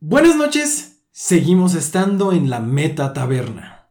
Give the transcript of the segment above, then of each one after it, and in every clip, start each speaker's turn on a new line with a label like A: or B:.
A: Buenas noches, seguimos estando en la Meta Taberna.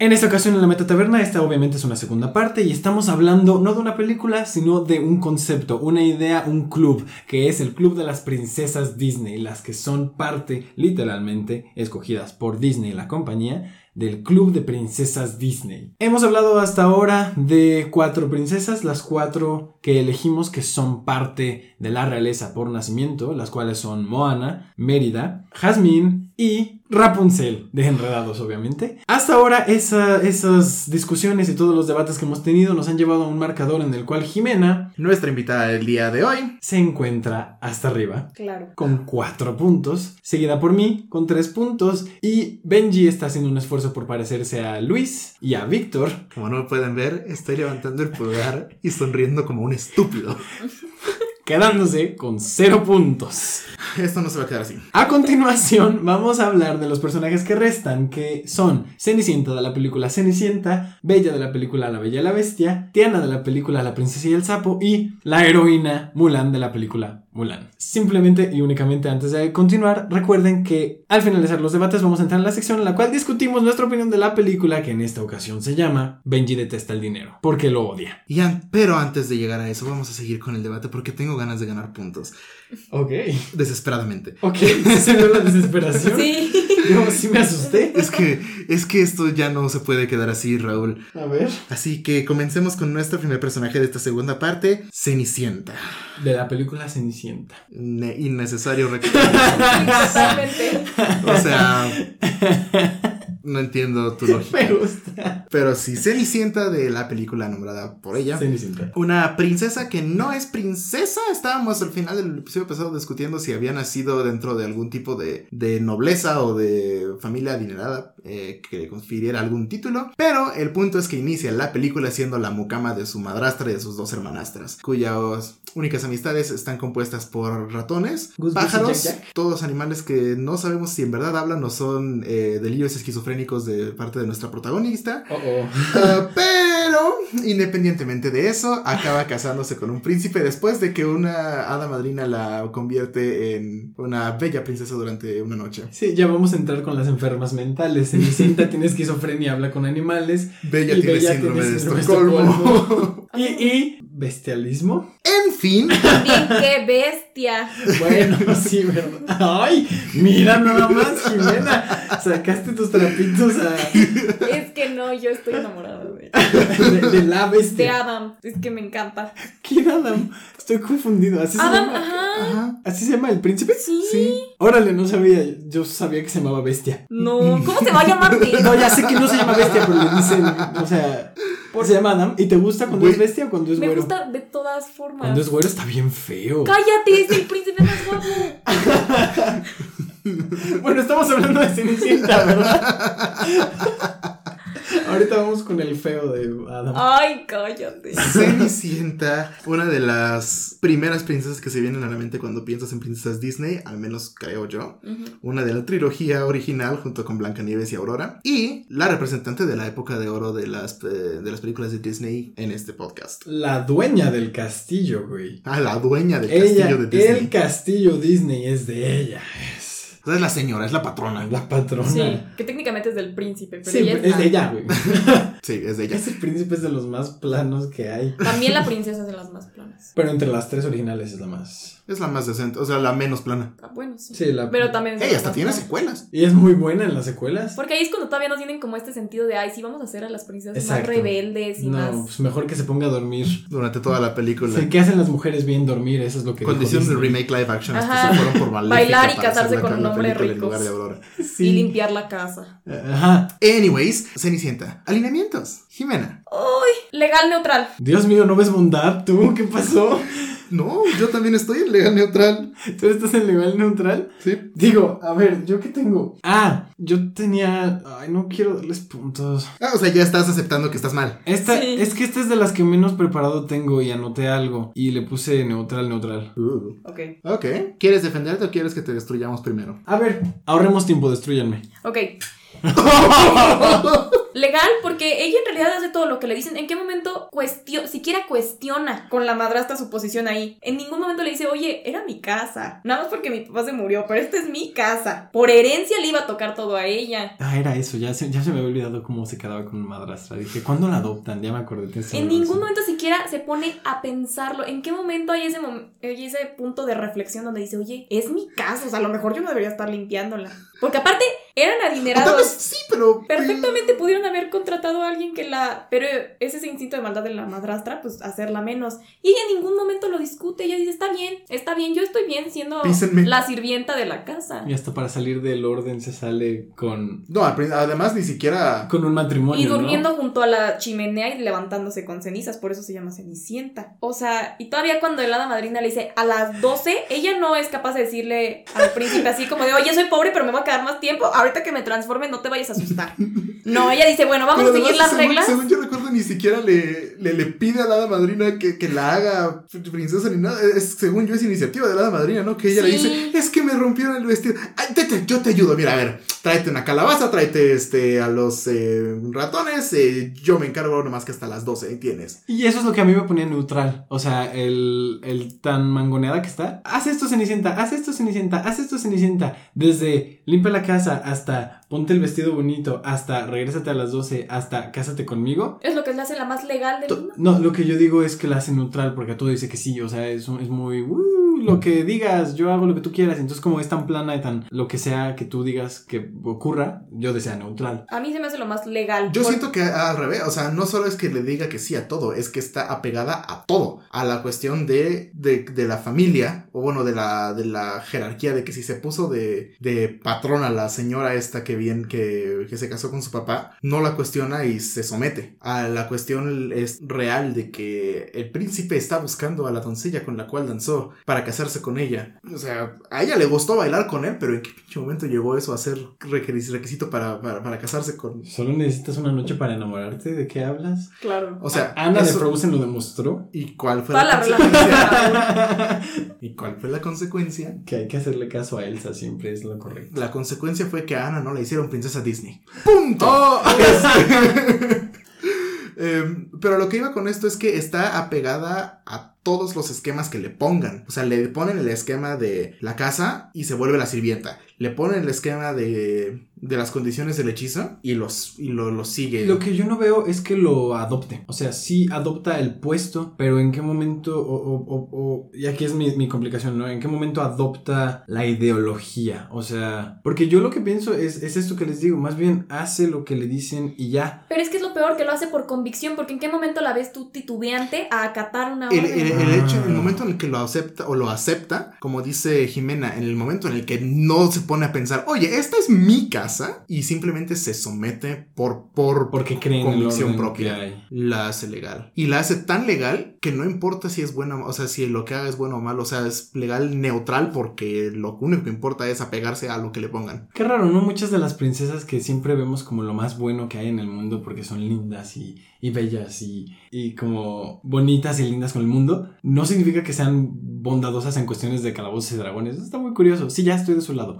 A: En esta ocasión en la Meta Taberna, esta obviamente es una segunda parte y estamos hablando no de una película, sino de un concepto, una idea, un club, que es el club de las princesas Disney, las que son parte, literalmente, escogidas por Disney, la compañía, del Club de Princesas Disney. Hemos hablado hasta ahora de cuatro princesas, las cuatro que elegimos que son parte de la realeza por nacimiento, las cuales son Moana, Mérida, Jasmine y Rapunzel, de Enredados obviamente. Hasta ahora esa- esas discusiones y todos los debates que hemos tenido nos han llevado a un marcador en el cual Jimena
B: Nuestra invitada del día de hoy.
A: se encuentra hasta arriba
C: Claro.
A: con cuatro puntos, seguida por mí con tres puntos y Benji está haciendo un esfuerzo por parecerse a Luis y a Víctor.
B: Como no pueden ver, estoy levantando el pulgar y sonriendo como un estúpido.
A: quedándose con cero puntos.
B: Esto no se va a quedar así.
A: A continuación, vamos a hablar de los personajes que restan, que son Cenicienta de la película Cenicienta, Bella de la película La Bella y la Bestia, Tiana de la película La Princesa y el Sapo y la heroína Mulan de la película Mulan. Simplemente y únicamente antes de continuar, recuerden que al finalizar los debates vamos a entrar en la sección en la cual discutimos nuestra opinión de la película que en esta ocasión se llama Benji detesta el dinero, porque lo odia.
B: Y an- pero antes de llegar a eso, vamos a seguir con el debate porque tengo ganas de ganar puntos.
A: Ok.
B: Desesperadamente.
A: Ok, se vio la desesperación.
C: Sí.
A: Yo sí me asusté.
B: Es que, es que esto ya no se puede quedar así, Raúl.
A: A ver.
B: Así que comencemos con nuestro primer personaje de esta segunda parte, Cenicienta.
A: De la película Cenicienta.
B: Ne- innecesario recordar.
C: Totalmente.
B: O sea, no entiendo tu lógica.
A: Me gusta.
B: Pero sí, Cenicienta de la película nombrada por ella.
A: Cenicienta.
B: Una princesa que no es princesa. Estábamos al final del episodio pasado discutiendo si había nacido dentro de algún tipo de, de nobleza o de familia adinerada eh, que le confiriera algún título. Pero el punto es que inicia la película siendo la mucama de su madrastra y de sus dos hermanastras, cuyas únicas amistades están compuestas por ratones,
A: Gus, Gus y
B: pájaros,
A: Pues, Jack, Jack.
B: todos animales que no sabemos si en verdad hablan o son eh, delirios esquizofrénicos de parte de nuestra protagonista.
A: Oh, oh.
B: Ah, pero, independientemente de eso, acaba casándose con un príncipe después de que una hada madrina la convierte en una bella princesa durante una noche.
A: Sí, ya vamos a entrar con las enfermas mentales. Cenicienta tiene esquizofrenia, habla con animales.
B: Bella
A: Y
B: tiene
A: Bella
B: síndrome
A: tiene
B: de
A: síndrome de
B: Estocolmo.
A: Estocolmo. Y, y bestialismo.
B: en fin,
C: Bien, qué bestia.
A: Bueno, sí, ¿verdad? ¡Ay! Mira nada más, Jimena. Sacaste tus trapitos a-
C: Es que no, yo estoy enamorada de,
A: de, de la
C: de
A: bestia.
C: Adam. Es que me encanta.
A: ¿Quién Adam? Estoy confundido. ¿Así,
C: Adam,
A: se llama,
C: ajá.
B: ajá,
A: ¿Así se llama el príncipe?
C: Sí.
A: Órale, no sabía. Yo sabía que se llamaba bestia.
C: No, ¿cómo se va a llamar?
A: No, ya sé que no se llama bestia, pero le dicen, o sea, se llama Adam. ¿Y te gusta cuando
B: Güey.
A: es bestia o cuando es
C: Me
A: güero?
C: gusta de todas formas.
A: Cuando es güero está bien feo.
C: Cállate, es el príncipe más guapo.
A: Bueno, estamos hablando de Cenicienta, ¿verdad? Ahorita vamos con el feo de Adam.
C: Ay, cállate.
B: Cenicienta, una de las primeras princesas que se vienen a la mente cuando piensas en princesas Disney, al menos creo yo.
C: Ujú.
B: Una de la trilogía original junto con Blancanieves y Aurora. Y la representante de la época de oro de las, eh, de las películas de Disney en este podcast.
A: La dueña del castillo, güey.
B: Ah, la dueña del
A: Ella,
B: castillo de Disney.
A: el castillo Disney es de ella. Es
B: O sea, Es la señora, es la patrona.
A: la patrona.
C: Sí,
A: Sí.
C: que técnicamente es del príncipe, pero ella
A: es de ella, güey.
B: Sí, es de ella.
A: Ese príncipe es de los más planos que hay.
C: También la princesa es de las más planas.
A: Pero entre las tres originales es la más.
B: Es la más decente, o sea, la menos plana.
C: Ah, bueno, sí.
A: Sí, la.
C: Pero también es de
B: Ella
C: las
B: hasta
C: más
B: tiene
C: planas.
B: secuelas.
A: Y es muy buena en las secuelas.
C: Porque ahí es cuando todavía no tienen como este sentido de, ay, sí, vamos a hacer a las princesas
A: Exacto.
C: más rebeldes y
A: No,
C: más.
A: pues mejor que se ponga a dormir.
B: Durante toda la película.
A: O sea, ¿Qué hacen las mujeres bien dormir? Eso es lo que.
B: Condiciones de
A: dijo Disney.
B: remake live action hasta
C: Ajá.
B: se fueron por Maléfica
C: Bailar y
B: para hacer
C: casarse
B: la-
C: con
B: la
C: un hombre
B: película en
C: ricos.
B: lugar de Aurora.
C: Y
A: Sí.
C: limpiar la casa.
A: Eh, Ajá.
B: Anyways, Cenicienta. Alineamientos. Jimena.
C: ¡Uy! Legal neutral.
A: Dios mío, ¿no ves bondad? ¿Tú qué pasó?
B: No, yo también estoy en legal neutral.
A: ¿Tú estás en legal neutral?
B: Sí.
A: Digo, a ver, ¿yo qué tengo? Ah, yo tenía. Ay, no quiero darles puntos.
B: Ah, o sea, ya estás aceptando que estás mal.
A: Esta,
C: Sí.
A: Es que esta es de las que menos preparado tengo y anoté algo. Y le puse neutral, neutral.
B: Uh,
C: Ok.
B: ok. ¿Quieres defenderte o quieres que te destruyamos primero?
A: A ver, ahorremos tiempo, destruyanme.
C: Ok. Legal, porque ella en realidad hace todo lo que le dicen. ¿En qué momento cuestiona, siquiera cuestiona con la madrastra su posición ahí? En ningún momento le dice, oye, era mi casa. Nada más porque mi papá se murió, pero esta es mi casa. Por herencia le iba a tocar todo a ella.
A: Ah, era eso, ya se, ya se me había olvidado cómo se quedaba con madrastra. Dije, ¿cuándo la adoptan? Ya me acordé. tienes
C: En
A: razón.
C: ningún momento siquiera se pone a pensarlo. ¿En qué momento hay ese, mom- hay ese punto de reflexión donde dice, oye, es mi casa? O sea, a lo mejor yo no debería estar limpiándola. Porque aparte, eran
B: O tal vez
C: adinerados.
B: sí, pero. pues,
C: Perfectamente pudieron haber contratado a alguien que la... Pero es ese instinto de maldad de la madrastra, pues hacerla menos. Y ella en ningún momento lo discute. Ella dice, está bien, está bien, yo estoy bien siendo
B: Písenme.
C: la sirvienta de la casa.
A: Y hasta para salir del orden se sale con,
B: No, al prin- además ni siquiera.
A: con un matrimonio.
C: Y
A: ¿no?
C: durmiendo junto a la chimenea y levantándose con cenizas, por eso se llama Cenicienta. O sea, y todavía cuando el hada madrina le dice a las 12, ella no es capaz de decirle al príncipe así como de, oye, soy pobre, pero me voy a quedar más tiempo. Ahorita que me transforme, no te vayas a asustar. No, ella dice, bueno, vamos
B: Pero
C: a seguir
B: además,
C: las
B: según-
C: reglas.
B: Según yo recuerdo, ni siquiera le, le, le pide a la hada madrina que, que la haga princesa ni nada. Es, según yo, es iniciativa de la hada madrina, ¿no? Que ella le
C: Sí.
B: dice, es que me rompieron el vestido. Ay, vete, yo te ayudo, mira, a ver, tráete una calabaza, tráete este, a los eh, ratones. eh, yo me encargo nomás que hasta las 12, ahí tienes.
A: Y eso es lo que a mí me ponía neutral. O sea, el, el tan mangoneada que está. Haz esto, Cenicienta, haz esto, Cenicienta, haz esto, Cenicienta. Desde limpia la casa hasta ponte el vestido bonito, hasta regrésate a las 12, hasta cásate conmigo.
C: Es lo que le hace la más legal del
A: To-
C: mundo.
A: No, lo que yo digo es que la hace neutral porque a todo dice que sí. O sea, es, un- es muy "Uh, lo que digas, yo hago lo que tú quieras. Entonces, como es tan plana y tan lo que sea que tú digas que ocurra, yo desea neutral.
C: A mí se me hace lo más legal.
B: Yo
C: Por-
B: siento que al revés, o sea, no solo es que le diga que sí a todo, es que está apegada a todo, a la cuestión de, de, de la familia, o bueno, de la, de la jerarquía, de que si se puso de, de patrona la señora esta que bien, que, que se casó con su papá, no la cuestiona y se somete. A la cuestión es real de que el príncipe está buscando a la doncella con la cual danzó para casarse con ella. O sea, a ella le gustó bailar con él, pero ¿en qué pinche momento llegó eso a ser requis- requisito para, para, para casarse con,
A: Solo necesitas una noche para enamorarte. ¿De qué hablas? Ah,
C: Claro.
B: o sea,
A: Ana de
B: eso-
A: Frozen lo demostró.
B: ¿Y cuál fue
C: Toda
B: la
C: la
B: consecuencia?
C: relación.
B: ¿Y cuál fue la consecuencia?
A: Que hay que hacerle caso a Elsa, siempre es lo correcto.
B: La consecuencia fue que a Ana no la hicieron princesa Disney. ¡Punto! Em, pero lo que iba con esto es que está apegada a todos los esquemas que le pongan. O sea, le ponen el esquema de la casa y se vuelve la sirvienta. Le ponen el esquema de, de las condiciones del hechizo y, los, y lo, lo sigue.
A: Lo que yo no veo es que lo adopte. O sea, sí adopta el puesto, pero en qué momento, o, o- o- o- y aquí es mi, mi complicación, ¿no? ¿En qué momento adopta la ideología? O sea, porque yo lo que pienso es, es esto que les digo, más bien hace lo que le dicen y ya.
C: Pero es que es lo peor, que lo hace por convicción, porque en qué momento la ves tú titubeante a acatar una
B: El,
C: orden.
B: el- el hecho,
A: Ah.
B: el momento en el que lo acepta o lo acepta, como dice Jimena, en el momento en el que no se pone a pensar, oye, esta es mi casa, y simplemente se somete por, por,
A: Porque creen en el
B: Convicción
A: orden
B: propia.
A: que hay.
B: la hace legal. Y la hace tan legal que no importa si es buena, o sea, si lo que haga es bueno o malo, o sea, es legal neutral porque lo único que importa es apegarse a lo que le pongan.
A: Qué raro, ¿no? Muchas de las princesas que siempre vemos como lo más bueno que hay en el mundo porque son lindas y, y bellas y, y como bonitas y lindas con el mundo, no significa que sean bondadosas en cuestiones de calabozos y dragones. Eso está muy curioso. Sí, ya estoy de su lado.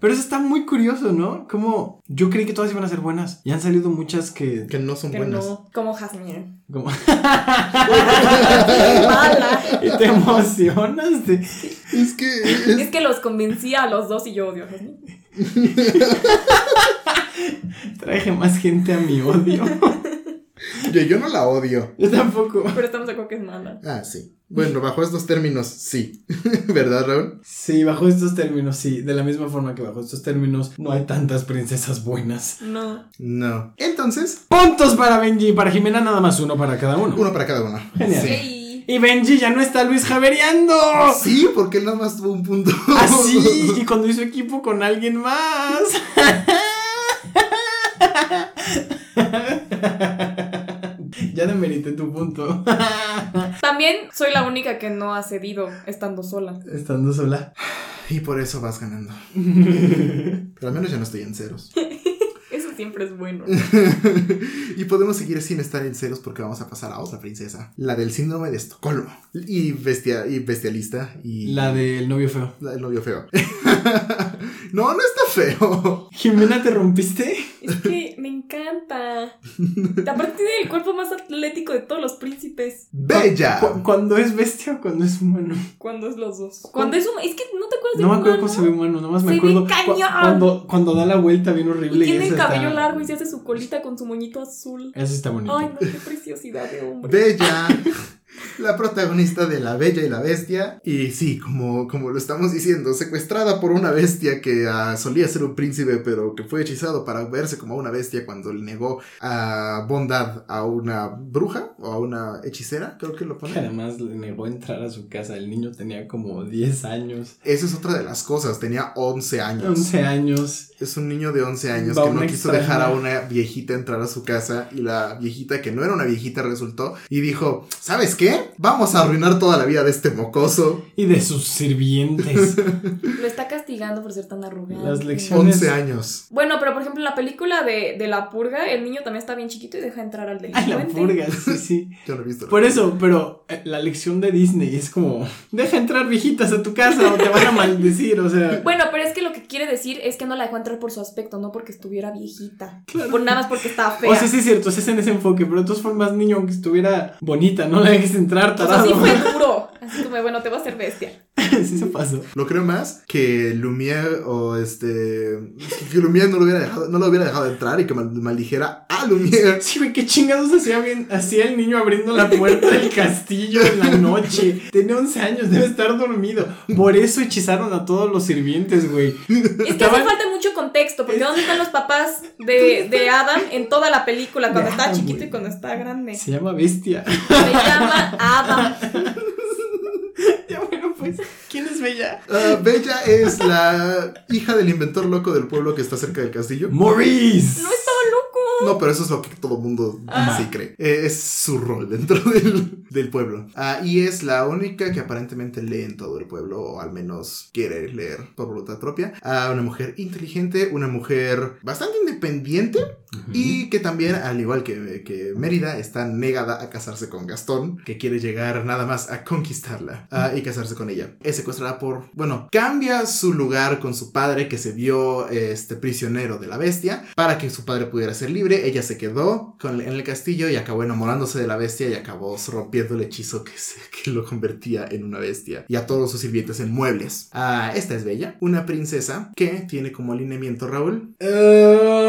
A: Pero eso está muy curioso, ¿no? Como yo creí que todas iban a ser buenas y han salido muchas que...
B: que no son
C: Que
B: buenas.
C: no, como Jasmine.
A: como-
C: Mala.
A: y te emocionas de...
B: Es que es-
C: Es que los convencía a los dos y yo odio a Jasmine.
A: Traje más gente a mi odio.
B: yo- yo no la odio.
A: Yo tampoco.
C: Pero estamos de acuerdo que es mala.
B: Ah, sí. Bueno, bajo estos términos, sí. ¿Verdad, Raúl?
A: Sí, bajo estos términos, sí. De la misma forma que bajo estos términos no hay tantas princesas buenas.
C: No.
B: No. Entonces,
A: Puntos para Benji y para Jimena, nada más uno para cada uno.
B: uno para cada uno.
A: Genial.
B: Sí.
C: Ey.
A: Y Benji ya no está Luis Javeriando.
B: Sí, porque él nada más tuvo un punto.
A: Oh. Así, y cuando hizo equipo con alguien más. ya demerité tu punto.
C: También soy la única que no ha cedido estando sola.
A: Estando sola.
B: Y por eso vas ganando. Pero al menos ya no estoy en ceros.
C: Eso siempre es bueno.
B: y podemos seguir sin estar en ceros porque vamos a pasar a otra princesa. La del síndrome de Estocolmo. Y, bestia, y bestialista. Y
A: La del novio feo.
B: La del novio feo. No, no está feo.
A: Jimena, ¿te rompiste?
C: Es que me encanta. Aparte tiene el cuerpo más atlético de todos los príncipes.
B: Bella.
A: Cu- ¿Cuándo es bestia o cuando es humano?
C: Cuando es los dos. Cuando es un... Es que no te acuerdas de
A: No me acuerdo
C: humano?
A: cómo se ve humano, nomás me
C: Se ve
A: acuerdo. cu-
C: cañón.
A: cuando, cuando da la vuelta bien horrible.
C: Y tiene el
A: esa
C: cabello
A: está-
C: largo y se hace su colita con su moñito azul.
A: Eso está bonito.
C: Ay, no, qué preciosidad de hombre.
B: Bella. La protagonista de La Bella y la Bestia. Y sí, como, como lo estamos diciendo, secuestrada por una bestia que ah, solía ser un príncipe, pero que fue hechizado para verse como una bestia cuando le negó a bondad a una bruja o a una hechicera, creo que lo
A: Que
B: pone.
A: además le negó entrar a su casa. El niño tenía como 10 años,
B: Esa es otra de las cosas, tenía 11 años.
A: 11 años.
B: Es un niño de 11 años
A: Va
B: que no
A: una
B: quiso
A: extraña.
B: dejar a una viejita entrar a su casa y la viejita que no era una viejita resultó y dijo, ¿sabes qué? Vamos a arruinar toda la vida de este mocoso.
A: Y de sus sirvientes.
C: Lo está castigando por ser tan arrogante.
A: Las lecciones.
B: 11 años.
C: Bueno, pero por ejemplo, en la película de, de La Purga, el niño también está bien chiquito y deja entrar al
A: Ay,
C: delincuente.
A: la purga, sí, sí.
B: Yo no he visto.
A: Por eso, pero eh, la lección de Disney es como: deja entrar viejitas a tu casa o te van a maldecir. O sea,
C: Bueno, pero es que lo que quiere decir es que no la dejó entrar por su aspecto, no porque estuviera viejita. Por nada más porque estaba fea.
A: O sea, sí es cierto, se es en ese enfoque, pero de todas formas, niño, aunque estuviera bonita, no la dejes entrar,
C: O sea,
A: tarado.
C: sí fue duro. Así como, bueno, te va a hacer bestia.
A: sí se pasó.
B: Lo creo más que Lumière o este... Que Lumière no lo hubiera dejado, no lo hubiera dejado entrar y que mal- maldijera a Lumière.
A: Sí, güey, qué chingados hacía bien. Hacía el niño abriendo la puerta del castillo en la noche. Tenía 11 años, debe estar dormido. Por eso hechizaron a todos los sirvientes, güey.
C: Es que hace
A: Estaban-
C: falta mucho contexto, porque ¿dónde están los papás de, de Adam en toda la película? Cuando
A: De
C: está
A: Adam,
C: chiquito
A: güey.
C: y cuando está grande.
A: Se llama bestia.
C: Se llama Adam.
A: ya bueno, pues, ¿quién es Bella?
B: Ah, Bella es la hija del inventor loco del pueblo que está cerca del castillo.
A: Maurice.
C: No estaba loco.
B: No, pero eso es lo que todo mundo
C: Ajá.
B: sí cree. Eh, es su rol dentro del, del pueblo. Ah, y es la única que aparentemente lee en todo el pueblo, o al menos quiere leer por voluntad propia. Ah, una mujer inteligente, una mujer bastante independiente y que también, al igual que, que Mérida, está negada a casarse con Gastón, que quiere llegar nada más a conquistarla ah, y casarse con ella. Es secuestrada por, bueno, cambia su lugar con su padre que se vio este prisionero de la bestia para que su padre pudiera ser libre. Ella se quedó con, en el castillo y acabó enamorándose de la bestia y acabó rompiendo el hechizo que, se- que lo convertía en una bestia y a todos sus sirvientes en muebles. Ah, esta es Bella, una princesa que tiene como alineamiento Raúl
A: Eh,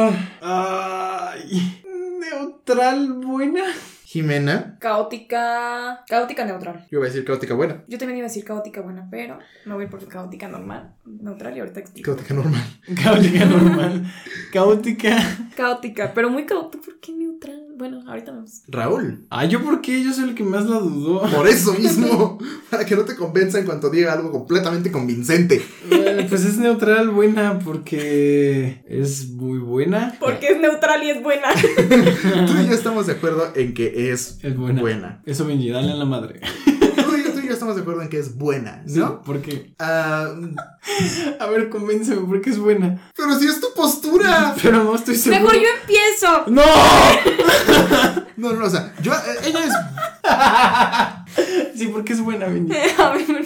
A: Ah, ay, neutral, buena.
B: Jimena.
C: Caótica. Caótica neutral.
B: Yo iba a decir caótica buena.
C: Yo también iba a decir caótica buena, pero me voy por caótica normal, neutral y ahorita explico.
B: Caótica normal.
A: Caótica normal. Caótica.
C: Caótica, pero muy caótica. ¿Por qué neutral? Bueno, ahorita vemos.
B: Raúl.
A: Ah, ¿yo por qué? Yo soy el que más la dudó.
B: Por eso mismo. para que no te convenza en cuanto diga algo completamente convincente.
A: Eh, pues es neutral buena porque es muy buena.
C: Porque es neutral y es buena.
B: Tú y yo estamos de acuerdo en que es
A: Es buena.
B: buena.
A: Eso me dale en la madre.
B: Tú y, tú y yo estamos de acuerdo en que es buena, ¿no?
A: Porque,
B: Ah,
A: a ver, convénceme porque es buena.
B: pero si es tu postura.
A: Pero no estoy seguro.
C: Mejor yo empiezo.
A: ¡No!
B: No, no, o sea, yo, eh, ella es,
A: Sí, porque es buena, Benji.
C: A ver,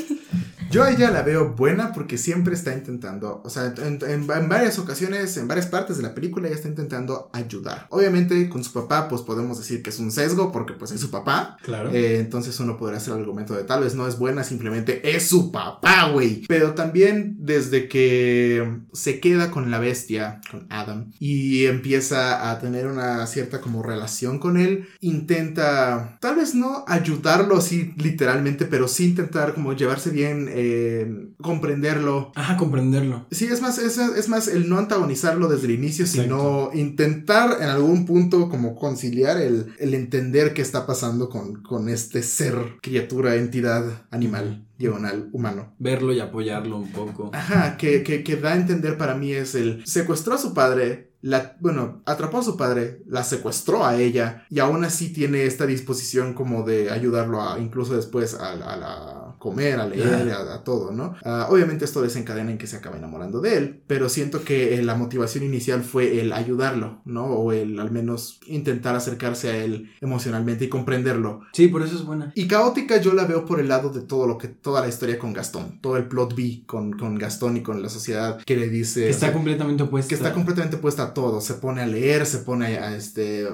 B: yo a ella la veo buena porque siempre está intentando, o sea, en, en- en varias ocasiones, en varias partes de la película, ella está intentando ayudar. Obviamente, con su papá, pues podemos decir que es un sesgo porque pues es su papá,
A: Claro.
B: Eh, entonces uno podría hacer el argumento de tal vez no es buena, simplemente es su papá, güey. Pero también desde que se queda con la bestia, con Adam, y empieza a tener una cierta como relación con él, intenta tal vez no ayudarlo así literalmente, pero sí intentar como llevarse bien, eh, comprenderlo.
A: Ajá, comprenderlo.
B: Sí, es más, es, es más el no antagonizarlo desde el inicio,
A: Exacto.
B: sino intentar en algún punto como conciliar el, el entender qué está pasando con, con este ser, criatura, entidad, animal, diagonal, humano.
A: Verlo y apoyarlo un poco.
B: Ajá, que, que, que da a entender para mí es el secuestró a su padre, la, bueno, atrapó a su padre, la secuestró a ella y aún así tiene esta disposición como de ayudarlo a, incluso después a, la- a la comer, a leer, a, a todo, ¿no? Ah, obviamente esto desencadena en que se acaba enamorando de él, pero siento que eh, la motivación inicial fue el ayudarlo, ¿no? O el al menos intentar acercarse a él emocionalmente y comprenderlo.
A: Sí, por eso es buena.
B: Y caótica yo la veo por el lado de todo lo que, toda la historia con Gastón, todo el plot B con, con Gastón y con la sociedad que le dice...
A: Que
B: o
A: está
B: sea,
A: completamente opuesta.
B: que está completamente puesta a todo, se pone a leer, se pone a, a este, eh,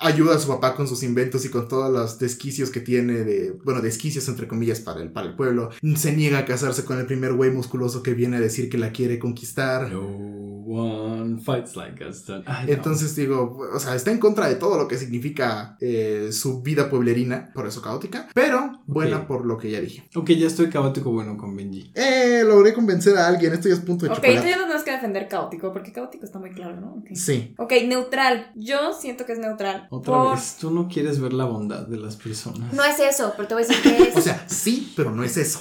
B: ayuda a su papá con sus inventos y con todos los desquicios que tiene de, bueno, desquicios entre comillas para el, para el pueblo, se niega a casarse con el primer güey musculoso que viene a decir que la quiere conquistar.
A: No one fights like Gaston. Ay, no.
B: Entonces digo, o sea, está en contra de todo lo que significa eh, su vida pueblerina, por eso caótica, pero buena
A: Ok.
B: por lo que ya dije.
A: Ok, ya estoy caótico bueno con Benji.
B: Eh, logré convencer a alguien, esto ya es punto de
C: Ok,
B: chocolate.
C: entonces ya no tenemos que defender caótico, porque caótico está muy claro, ¿no? Ok.
B: Sí.
C: Ok, neutral. Yo siento que es neutral.
A: Otra
C: por-
A: vez, tú no quieres ver la bondad de las personas.
C: No es eso, pero te voy a decir que es.
B: O sea, sí, pero no es eso.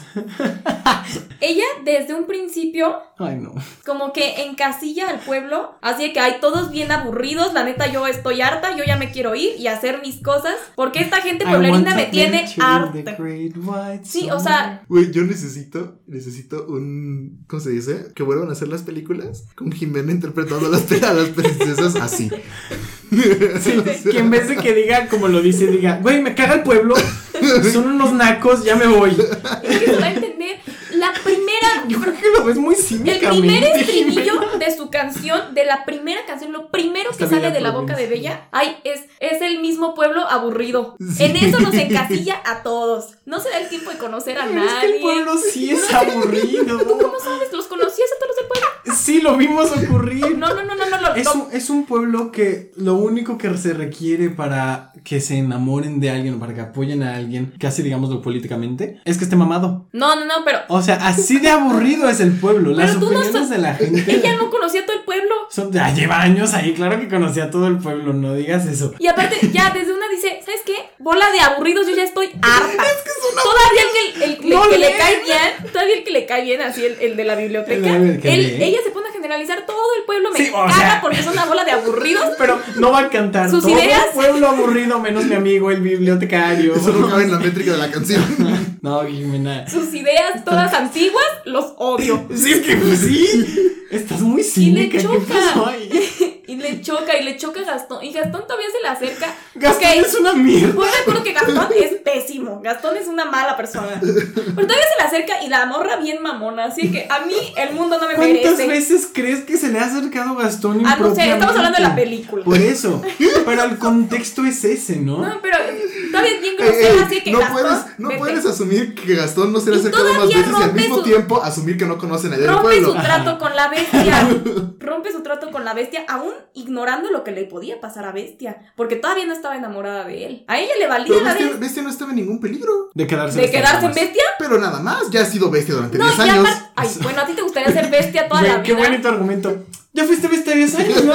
C: Ella desde un principio
A: Ay, no.
C: como que encasilla al pueblo, así de que hay todos bien aburridos, la neta yo estoy harta, yo ya me quiero ir y hacer mis cosas, porque esta gente pueblerina me tiene harta. Sí, o sea,
B: Güey, yo necesito, necesito un, ¿cómo se dice? Que vuelvan a hacer las películas con Jimena interpretando a las, pe- a las princesas así. O sea,
A: que en vez de que diga como lo dice, diga, güey, me caga el pueblo, son unos nacos, ya me voy.
C: es que se va a entender la primera
A: Yo creo que lo ves muy
C: El
A: cínicamente.
C: primer
A: Jimena.
C: estribillo de su canción, de la primera canción, lo primero
A: Está
C: que sale
A: Bella
C: de la
A: Provincia.
C: boca de Bella, ay, es, es el mismo pueblo aburrido. En eso nos encasilla a todos. No se da el tiempo de conocer a
A: Pero es que el
C: nadie.
A: pueblo sí es aburrido.
C: ¿Cómo sabes? ¿Los conocías a todos del pueblo?
A: Sí, lo vimos ocurrir.
C: No, no, no, no, no, no.
A: Es un, es un pueblo que lo único que se requiere para que se enamoren de alguien o para que apoyen a alguien, casi digámoslo políticamente, es que esté mamado.
C: No, no, no, pero
A: O sea, así de aburrido es el pueblo. Las
C: Pero tú no
A: opiniones
C: estás-
A: de la gente
C: ella no conocía a todo el pueblo.
A: son de, ah, lleva años ahí, claro que conocía a todo el pueblo, no digas eso.
C: Y aparte, ya desde una dice, ¿sabes qué? Bola de aburridos, yo ya estoy harta. Todavía el que, el- el
A: No
C: que le
A: leen.
C: cae bien, todavía el que le cae bien, así el, el de la biblioteca,
A: El de la biblioteca,
C: él-
A: lee.
C: ella se pone a generalizar, todo el pueblo me
A: Sí, o
C: caga
A: sea.
C: porque son una bola de aburridos.
A: Pero no va a cantar
C: Sus
A: todo
C: ideas.
A: el pueblo aburrido, menos mi amigo, el bibliotecario.
B: Eso no cabe en la métrica de la canción.
A: No, Jimena.
C: Sus ideas todas antiguas, los odio.
A: Sí, es que pues, sí. Estás muy cínica. ¿Qué
C: choca.
A: pasó ahí?
C: Y le choca, y le choca a Gastón. Y Gastón todavía se le acerca.
A: Gastón
C: Ok.
A: es una mierda.
C: Pues recuerdo que Gastón es pésimo. Gastón es una mala persona. Pero todavía se le acerca y la morra bien mamona. Así que a mí el mundo no me
A: ¿Cuántas
C: merece.
A: veces crees que se le ha acercado Gastón
C: Ah, no sé, estamos hablando de la
A: impropiamente?
C: película.
A: Por eso. Pero el contexto es ese, ¿no? Eh,
C: No, pero está bien bien
B: Ey,
C: grosera,
B: ey,
C: así que
B: Eh, no
C: Gastón,
B: puedes, no
C: vete.
B: puedes asumir que Gastón no se le ha
C: Y
B: acercado más
C: todavía
B: veces y al
C: rompe
B: mismo
C: su-
B: tiempo asumir que no conocen allá del
C: Rompe su
B: pueblo.
C: trato con la bestia. Rompe su trato con la bestia, aún ignorando lo que le podía pasar a bestia. Porque todavía no estaba enamorada de él. A ella le valía
B: Pero
C: la
B: bestia,
C: bestia.
B: Bestia no estaba en ningún peligro.
A: De quedarse
C: ¿De quedarse en
A: en
C: bestia?
B: Pero nada más, ya ha sido bestia durante
C: No,
B: 10
C: ya
B: años.
C: aparte- Ay, bueno, a ti te gustaría ser bestia toda la
A: Güey, Qué
C: vida.
A: bonito argumento. Ya fuiste bestia 10 años, ¿no?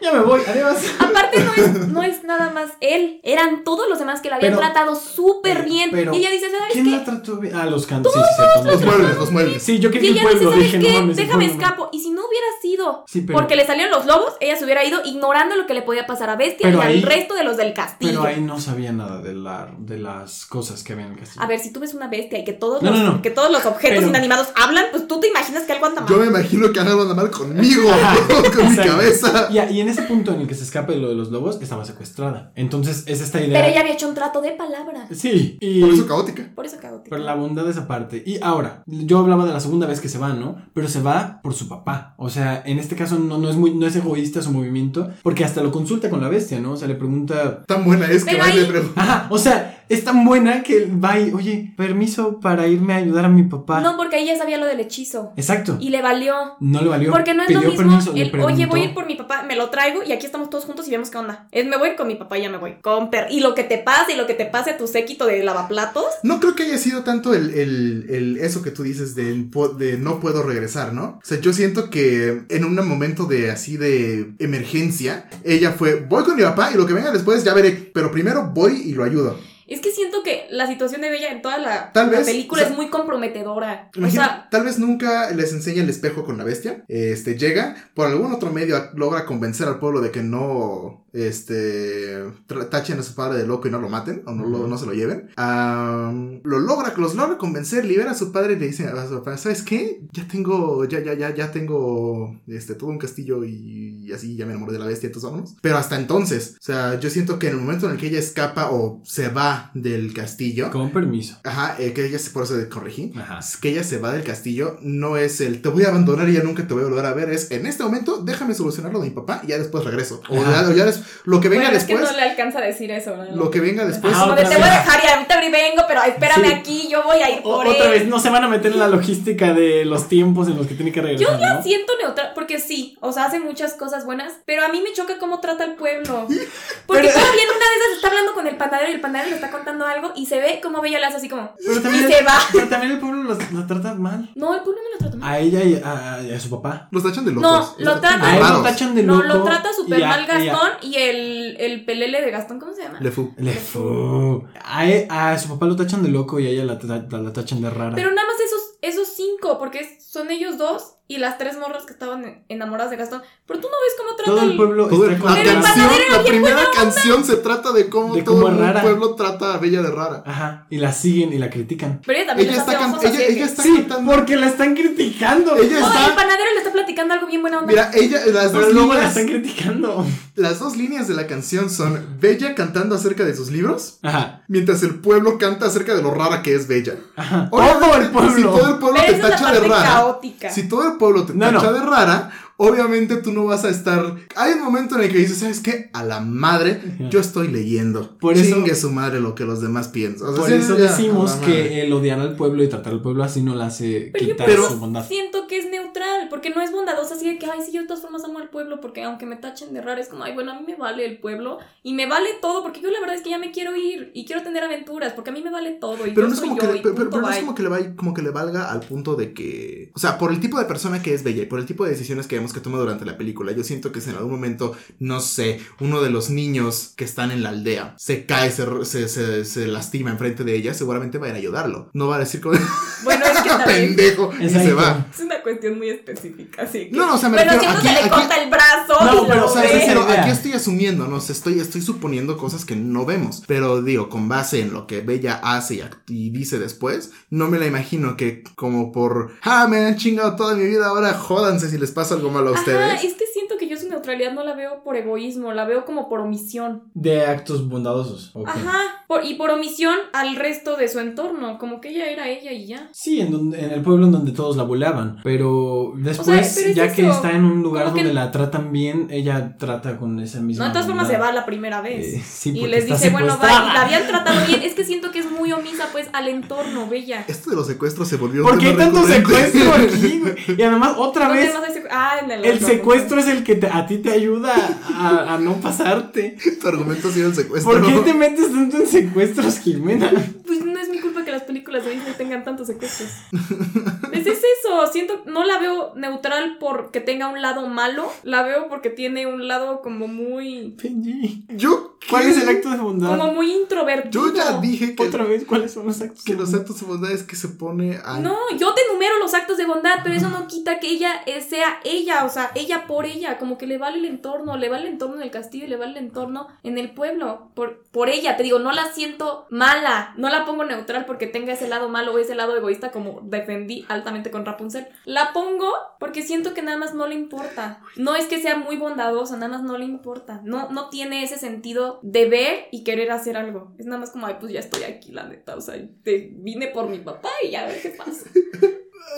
A: Ya me voy, adiós.
C: Aparte no es, no es nada más él, eran todos los demás que la habían
A: Pero-
C: tratado súper bien.
A: pero-
C: y ella dice, ¿sabes
A: ¿Quién la
C: qué?
A: trató bien? Ah, los cantos. Sí, sí, cierto,
B: Los
A: no.
B: muebles, los muebles.
A: Sí, yo
C: Y
A: quería el
C: ella dice,
A: pueblo.
C: ¿sabes
A: Dije, no
C: qué?
A: mames, el
C: Déjame
A: pueblo no".
C: escapo. Y si no hubiera sido
A: Sí, pero-
C: porque le salieron los lobos, ella se hubiera ido ignorando lo que le podía pasar a Bestia
A: Pero
C: y
A: ahí-
C: al resto de los del castillo.
A: Pero ahí no sabía nada de, la, de las cosas que había en el castillo.
C: A ver, si tú ves una bestia y que todos,
A: No,
C: los,
A: no, no.
C: Que todos los objetos
A: Pero-
C: inanimados hablan, pues tú te imaginas que algo anda
B: Yo
C: mal.
B: me imagino que han hablado mal conmigo, con mi
A: Exacto.
B: cabeza.
A: Y, a- y en ese punto en el que se escape lo de los lobos, estaba secuestrada. Entonces es esta idea.
C: Pero ella había hecho un trato de palabra.
A: Sí, y.
B: Por eso caótica.
C: Por eso caótico.
A: Pero la bondad de esa parte. Y ahora, yo hablaba de la segunda vez que se va, ¿no? Pero se va por su papá. O sea, en este caso no, no es muy, no es egoísta su movimiento, porque hasta lo consulta con la bestia, ¿no? O sea, le pregunta.
B: Tan buena es que
C: Pero
B: va y le
C: ahí-
B: pregunta.
A: Ajá, o sea, es tan buena que va y, oye, permiso para irme a ayudar a mi papá.
C: No, porque ella sabía lo del hechizo.
A: Exacto.
C: Y le valió.
A: No le valió.
C: Porque no es
A: Pidió
C: lo mismo
A: permiso, le
C: el,
A: preguntó.
C: oye, voy a ir por mi papá, me lo traigo y aquí estamos todos juntos y vemos qué onda. Es me voy a ir con mi papá y ya me voy. Con per- y lo que te pase y lo que te pase a tu séquito de lavaplatos.
B: No creo que haya sido tanto el, el- el- eso que tú dices de, de no puedo regresar, ¿no? O sea, yo siento que en un momento de así de emergencia, ella fue, voy con mi papá y lo que venga después ya veré, pero primero voy y lo ayudo.
C: Es que siento siento que la situación de Bella en toda la,
B: Tal
C: la
B: vez,
C: película
B: o sea,
C: es muy comprometedora.
B: Imagina-
C: O sea,
B: tal vez nunca les enseña el espejo con la bestia. Este llega, por algún otro medio a- logra convencer al pueblo de que no este tra- tachen a su padre de loco y no lo maten o no, lo-
A: Ujú.
B: no se lo lleven. Am, lo logra, los logra convencer, libera a su padre y le dice a su papá, ¿sabes qué? Ya tengo, ya, ya, ya, ya tengo este todo un castillo y, y así ya me enamoré de la bestia, entonces vámonos. Pero hasta entonces, o sea, yo siento que en el momento en el que ella escapa o se va del castillo.
A: Con permiso.
B: Ajá, eh, que ella se por eso de corregí.
A: Ajá.
B: Es que ella se va del castillo, no es el te voy a abandonar y ya nunca te voy a volver a ver, es en este momento déjame solucionar lo de mi papá y ya después regreso. O
A: Ajá.
B: ya, o ya des- lo que venga
C: bueno, es que
B: después,
C: no le alcanza a decir eso, ¿no?
B: lo que venga después.
A: Ah,
C: Como de,
A: otra
C: te voy a
A: vez.
C: dejar y ahorita vengo, pero espérame
A: Sí.
C: aquí, yo voy a ir
A: O-
C: por
A: otra
C: él.
A: vez, no se van a meter en la logística de los tiempos en los que tiene que regresar, ¿no?
C: Siento neutral, porque sí, o sea, hace muchas cosas buenas, pero a mí me choca cómo trata al pueblo. Porque
A: Pero-
C: todavía en una de esas está hablando con el panadero y el panadero le está contando algo y se ve como Bella le hace así como,
A: Pero
C: y
A: también,
C: se va.
A: pero también el pueblo los- la trata mal.
C: No, el pueblo no lo trata mal.
A: A ella y a, a- y a su papá.
B: Los tachan de locos.
C: lo
B: los tachan
C: tratan-
B: de
A: A él lo
B: raros.
A: tachan de
C: No,
A: loco.
C: lo trata súper
A: y a-
C: mal
A: y a-
C: Gastón y el, el pelele de Gastón, ¿cómo se llama?
B: Le fu.
A: Le fu. A, e- a su papá lo tachan de loco y a ella la, tra- la- la tachan de rara.
C: Pero nada más esos, esos cinco, porque es- son ellos dos y las tres morras que estaban en- enamoradas de Gastón. Pero tú no ves cómo trata
A: Todo el pueblo
B: Todo el-
A: está
B: la
C: Pero el
A: contra-
B: canción,
C: panadero era
B: la
C: bien
B: primera canción se trata de cómo
A: De
B: todo
A: cómo es
B: el
A: rara.
B: pueblo trata a Bella de rara.
A: Ajá. Y la siguen y la critican.
C: Pero ella también
B: Ella
C: les
B: está,
C: hace
B: can-
C: ojos
B: ella,
C: así de
B: ella
C: que-
B: está
A: Sí,
B: cantando.
A: porque la están criticando.
B: Ella
C: No,
B: está-
C: el panadero le está platicando algo bien buena onda.
B: Mira, ella, las,
A: Los
B: dos
A: luego la
B: líneas,
A: están criticando.
B: las dos líneas de la canción son Bella cantando acerca de sus libros,
A: Ajá.
B: mientras el pueblo canta acerca de lo rara que es Bella.
A: Ajá. Todo
B: Obviamente,
A: el pueblo.
B: Si todo el pueblo
C: Pero
B: te
C: esa es la
B: tacha de
C: parte
B: rara.
C: caótica.
B: Si todo el pueblo te
A: No,
B: tacha
A: no.
B: de rara, obviamente tú no vas a estar. Hay un momento en el que dices, ¿sabes qué? A la madre,
A: Ajá.
B: yo estoy leyendo.
A: Por eso-
B: Chingue su madre lo que los demás piensan. O sea,
A: Por
B: sí,
A: eso
B: ya,
A: decimos
B: a la madre.
A: que el odiar al pueblo y tratar al pueblo así no la hace
C: Pero yo
A: quitar
C: por
B: Pero-
A: su bondad.
C: siento que es neutral, porque no es bondadosa así de que, ay, sí, yo de todas formas amo al pueblo, porque aunque me tachen de rara, es como, ay, bueno, a mí me vale el pueblo y me vale todo, porque yo la verdad es que ya me quiero ir y quiero tener aventuras, porque a mí me vale todo. Y
B: Pero
C: yo
B: no es
C: soy
B: como que,
C: yo,
B: le-
C: y
B: pero- pero
C: punto,
B: no es
C: bye.
B: como que le vaya- como que le valga al punto de que, o sea, por el tipo de persona que es Bella y por el tipo de decisiones que vemos que toma durante la película, yo siento que si en algún momento, no sé, uno de los niños que están en la aldea se cae, se, r- se, se, se lastima enfrente de ella, seguramente va a ir a ayudarlo. No va a decir como
C: Bueno, es que también
B: pendejo y se
A: Exacto.
B: va.
C: es una cuestión muy específica, así que...
B: No, no, o sea, me
C: bueno, si
B: refiero
C: no
B: aquí,
C: se le
B: aquí,
C: corta el brazo
A: No,
C: y
A: pero,
B: pero,
C: lo
B: o sea,
C: ve.
A: esa
B: sí, pero
A: idea.
B: aquí estoy asumiendo, no sé, estoy, estoy suponiendo cosas que no vemos. Pero digo, con base en lo que Bella hace y, act- y dice después, no me la imagino que como por, ah, me han chingado toda mi vida, ahora jódanse si les pasa algo malo a
C: Ajá,
B: ustedes.
C: es que siento que yo su neutralidad no la veo por egoísmo, la veo como por omisión.
A: De actos bondadosos. ok.
C: Ajá, por- y por omisión al resto de su entorno, como que ella era ella y ya.
A: Sí, en, donde- en el pueblo en donde todos la volaban. Pero después,
C: pero es
A: ya que
C: eso,
A: está en un lugar
C: como que-
A: donde la tratan bien, ella trata con esa
C: No,
A: misma.
C: de todas formas se
A: bondad.
C: va la primera vez.
A: Eh, sí,
C: y
A: porque
C: les
A: está
C: dice, bueno, va,
A: secuestrada.
C: y la habían tratado bien. Es que siento que es muy omisa, pues, al entorno, bella.
B: Esto de los secuestros se volvió un
A: Porque hay
B: tema
A: tanto
B: recurrente.
A: secuestro aquí, güey. Y además, otra
C: ¿Dónde
A: vez,
C: más hay secu- Ah, en el
A: el
C: otro.
A: secuestro es el que te- a ti te ayuda a, a no pasarte.
B: tu argumento ha sido el secuestro.
A: ¿Por qué te metes tanto en secuestros, Jimena?
C: Pues no es mi culpa que las películas de Disney tengan tantos secuestros. Pues es eso, siento, no la veo neutral porque tenga un lado malo, la veo porque tiene un lado como muy,
A: Benji.
B: Yo, ¿qué?
A: ¿Cuál es el acto de bondad?
C: como muy introvertido.
B: Yo ya dije que,
A: Otra vez, ¿cuáles son los actos
B: que
A: de
B: los
A: bondad?
B: actos de bondad es que se pone a...
C: No, yo te enumero los actos de bondad, pero eso no quita que ella eh, sea ella, o sea, ella por ella, como que le vale el entorno, le vale el entorno en el castillo, y le vale el entorno en el pueblo, por, por ella, te digo, no la siento mala, no la pongo neutral porque tenga ese lado malo o ese lado egoísta como defendí altamente con Rapunzel, la pongo porque siento que nada más no le importa, no es que sea muy bondadosa, nada más no le importa, no, no tiene ese sentido de ver y querer hacer algo, es nada más como, ay, pues ya estoy aquí, la neta, o sea, te vine por mi papá y a ver qué pasa.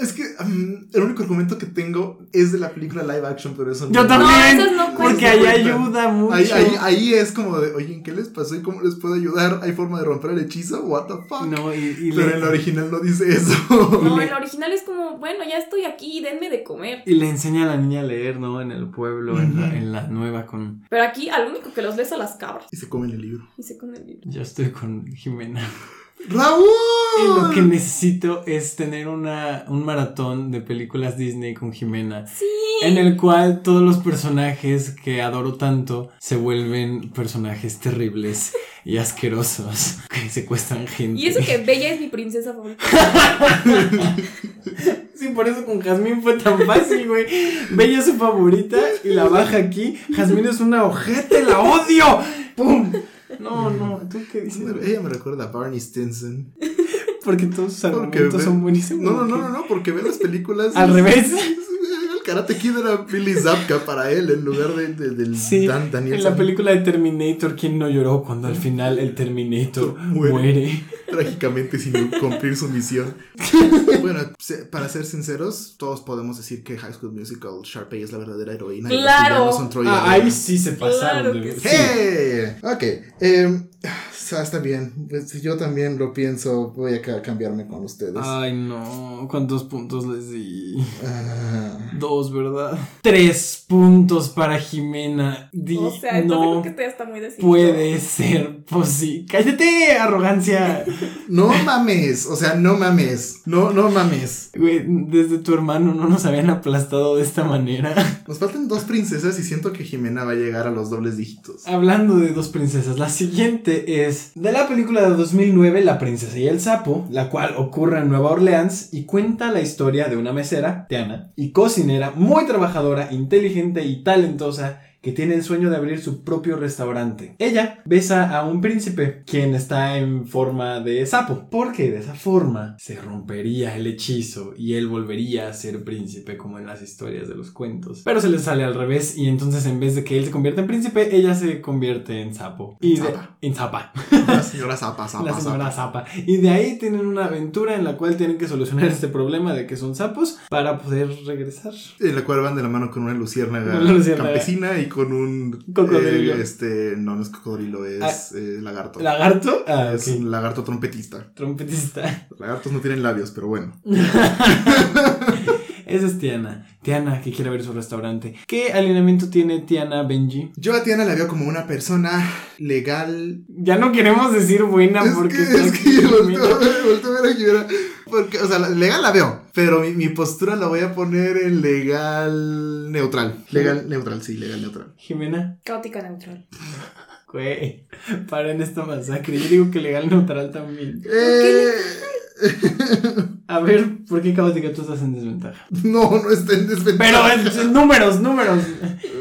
B: Es que mm, el único argumento que tengo es de la película live action, pero eso
A: Yo
B: no-
A: también.
C: No, esas no cuentan.
A: Porque ahí ayuda mucho.
B: Ahí, ahí, ahí es como de, oye, ¿en qué les pasó y cómo les puedo ayudar? ¿Hay forma de romper el hechizo? ¿What the fuck?
A: No, y, y
B: Pero
A: le,
B: en la original no dice eso.
C: No, el original es como, bueno, ya estoy aquí, denme de comer.
A: y le enseña a la niña a leer, ¿no? En el pueblo, en, la, en la nueva con...
C: Pero aquí al único que los lees a las cabras.
B: Y se comen el libro.
C: Y se con el libro.
A: Yo estoy con Jimena.
B: ¡Raúl!
A: Y
B: Ah.
A: lo que necesito es tener una, un maratón de películas Disney con Jimena.
C: Sí,
A: en el cual todos los personajes que adoro tanto se vuelven personajes terribles y asquerosos que secuestran gente.
C: Y eso que Bella es mi princesa favorita.
A: Sí, por eso con Jazmín fue tan fácil, güey. Bella es su favorita y la baja aquí. Jazmín es una ojete, la odio. ¡Pum! No, no, ¿tú qué dices?
B: Ella me recuerda a Barney Stinson.
A: Porque todos sus
B: Porque
A: argumentos
B: ve-
A: son buenísimos.
B: No, no, no, no, no, porque ve las películas.
A: Al
B: y-
A: revés.
B: El Karate Kid era Billy Zapka para él en lugar de, de- del
A: Sí,
B: Dan- Daniel.
A: en la
B: San-
A: película de Terminator, ¿quién no lloró cuando al final el Terminator
B: Muere.
A: muere?
B: Trágicamente sin cumplir su misión. bueno, se- para ser sinceros, todos podemos decir que High School Musical Sharpay es la verdadera heroína. y los
C: ¡Claro!
B: villanos son Troy y
A: Ah,
B: Abel.
A: ahí sí se pasaron.
C: Claro
A: de-
C: que
A: sí.
B: ¡Hey! Ok. em, ah, está bien. Pues, si yo también lo pienso, voy a ca- cambiarme con ustedes.
A: Ay, no. ¿Cuántos puntos les di?
B: Ah.
A: Dos, ¿verdad? Tres puntos para Jimena. Di-
C: O sea,
A: no
C: entonces creo que todavía está muy decidido.
A: puede ser posible. ¡Cállate, arrogancia!
B: No mames. O sea, no mames. No, no mames.
A: Güey, desde tu hermano no nos habían aplastado de esta manera.
B: Nos faltan dos princesas y siento que Jimena va a llegar a los dobles dígitos.
A: Hablando de dos princesas, la siguiente es de la película de 2009 La princesa y el sapo, la cual ocurre en Nueva Orleans y cuenta la historia de una mesera, Tiana, y cocinera muy trabajadora, inteligente y talentosa que tiene el sueño de abrir su propio restaurante. Ella besa a un príncipe, quien está en forma de sapo, porque de esa forma se rompería el hechizo y él volvería a ser príncipe como en las historias de los cuentos. Pero se le sale al revés y entonces en vez de que él se convierta en príncipe, ella se convierte en sapo. Y de-
B: Zapa.
A: en zapa.
B: La señora Zapa, Zapa,
A: La señora
B: Zapa.
A: zapa. Y de ahí tienen una aventura en la cual tienen que solucionar este problema de que son sapos para poder regresar.
B: En eh, la cual van de la mano con una luciérnaga,
A: Una luciérnaga.
B: campesina y con un...
A: Cocodrilo.
B: eh, este, no, no es cocodrilo, es eh, lagarto.
A: ¿Lagarto? Ah,
B: Es
A: ok.
B: un lagarto trompetista.
A: Trompetista.
B: Los lagartos no tienen labios, pero bueno.
A: Esa es Tiana. Tiana, que quiere ver su restaurante. ¿Qué alineamiento tiene Tiana Benji?
B: Yo a Tiana la veo como una persona legal.
A: Ya no queremos decir buena
B: es
A: porque.
B: que,
A: está
B: es que yo
A: aquí.
B: volteo a ver- volteo a ver a Jimena, Porque, o sea, la- legal la veo, pero mi, mi postura la voy a poner en legal neutral. Legal neutral, sí, legal neutral.
A: Jimena,
C: Caótica neutral.
A: güey, paren esta masacre. Yo digo que legal neutral también.
B: Eh,
A: A ver, ¿por qué caótica tú estás en desventaja?
B: no, no está en desventaja.
A: Pero es- es números, números.
B: Eh,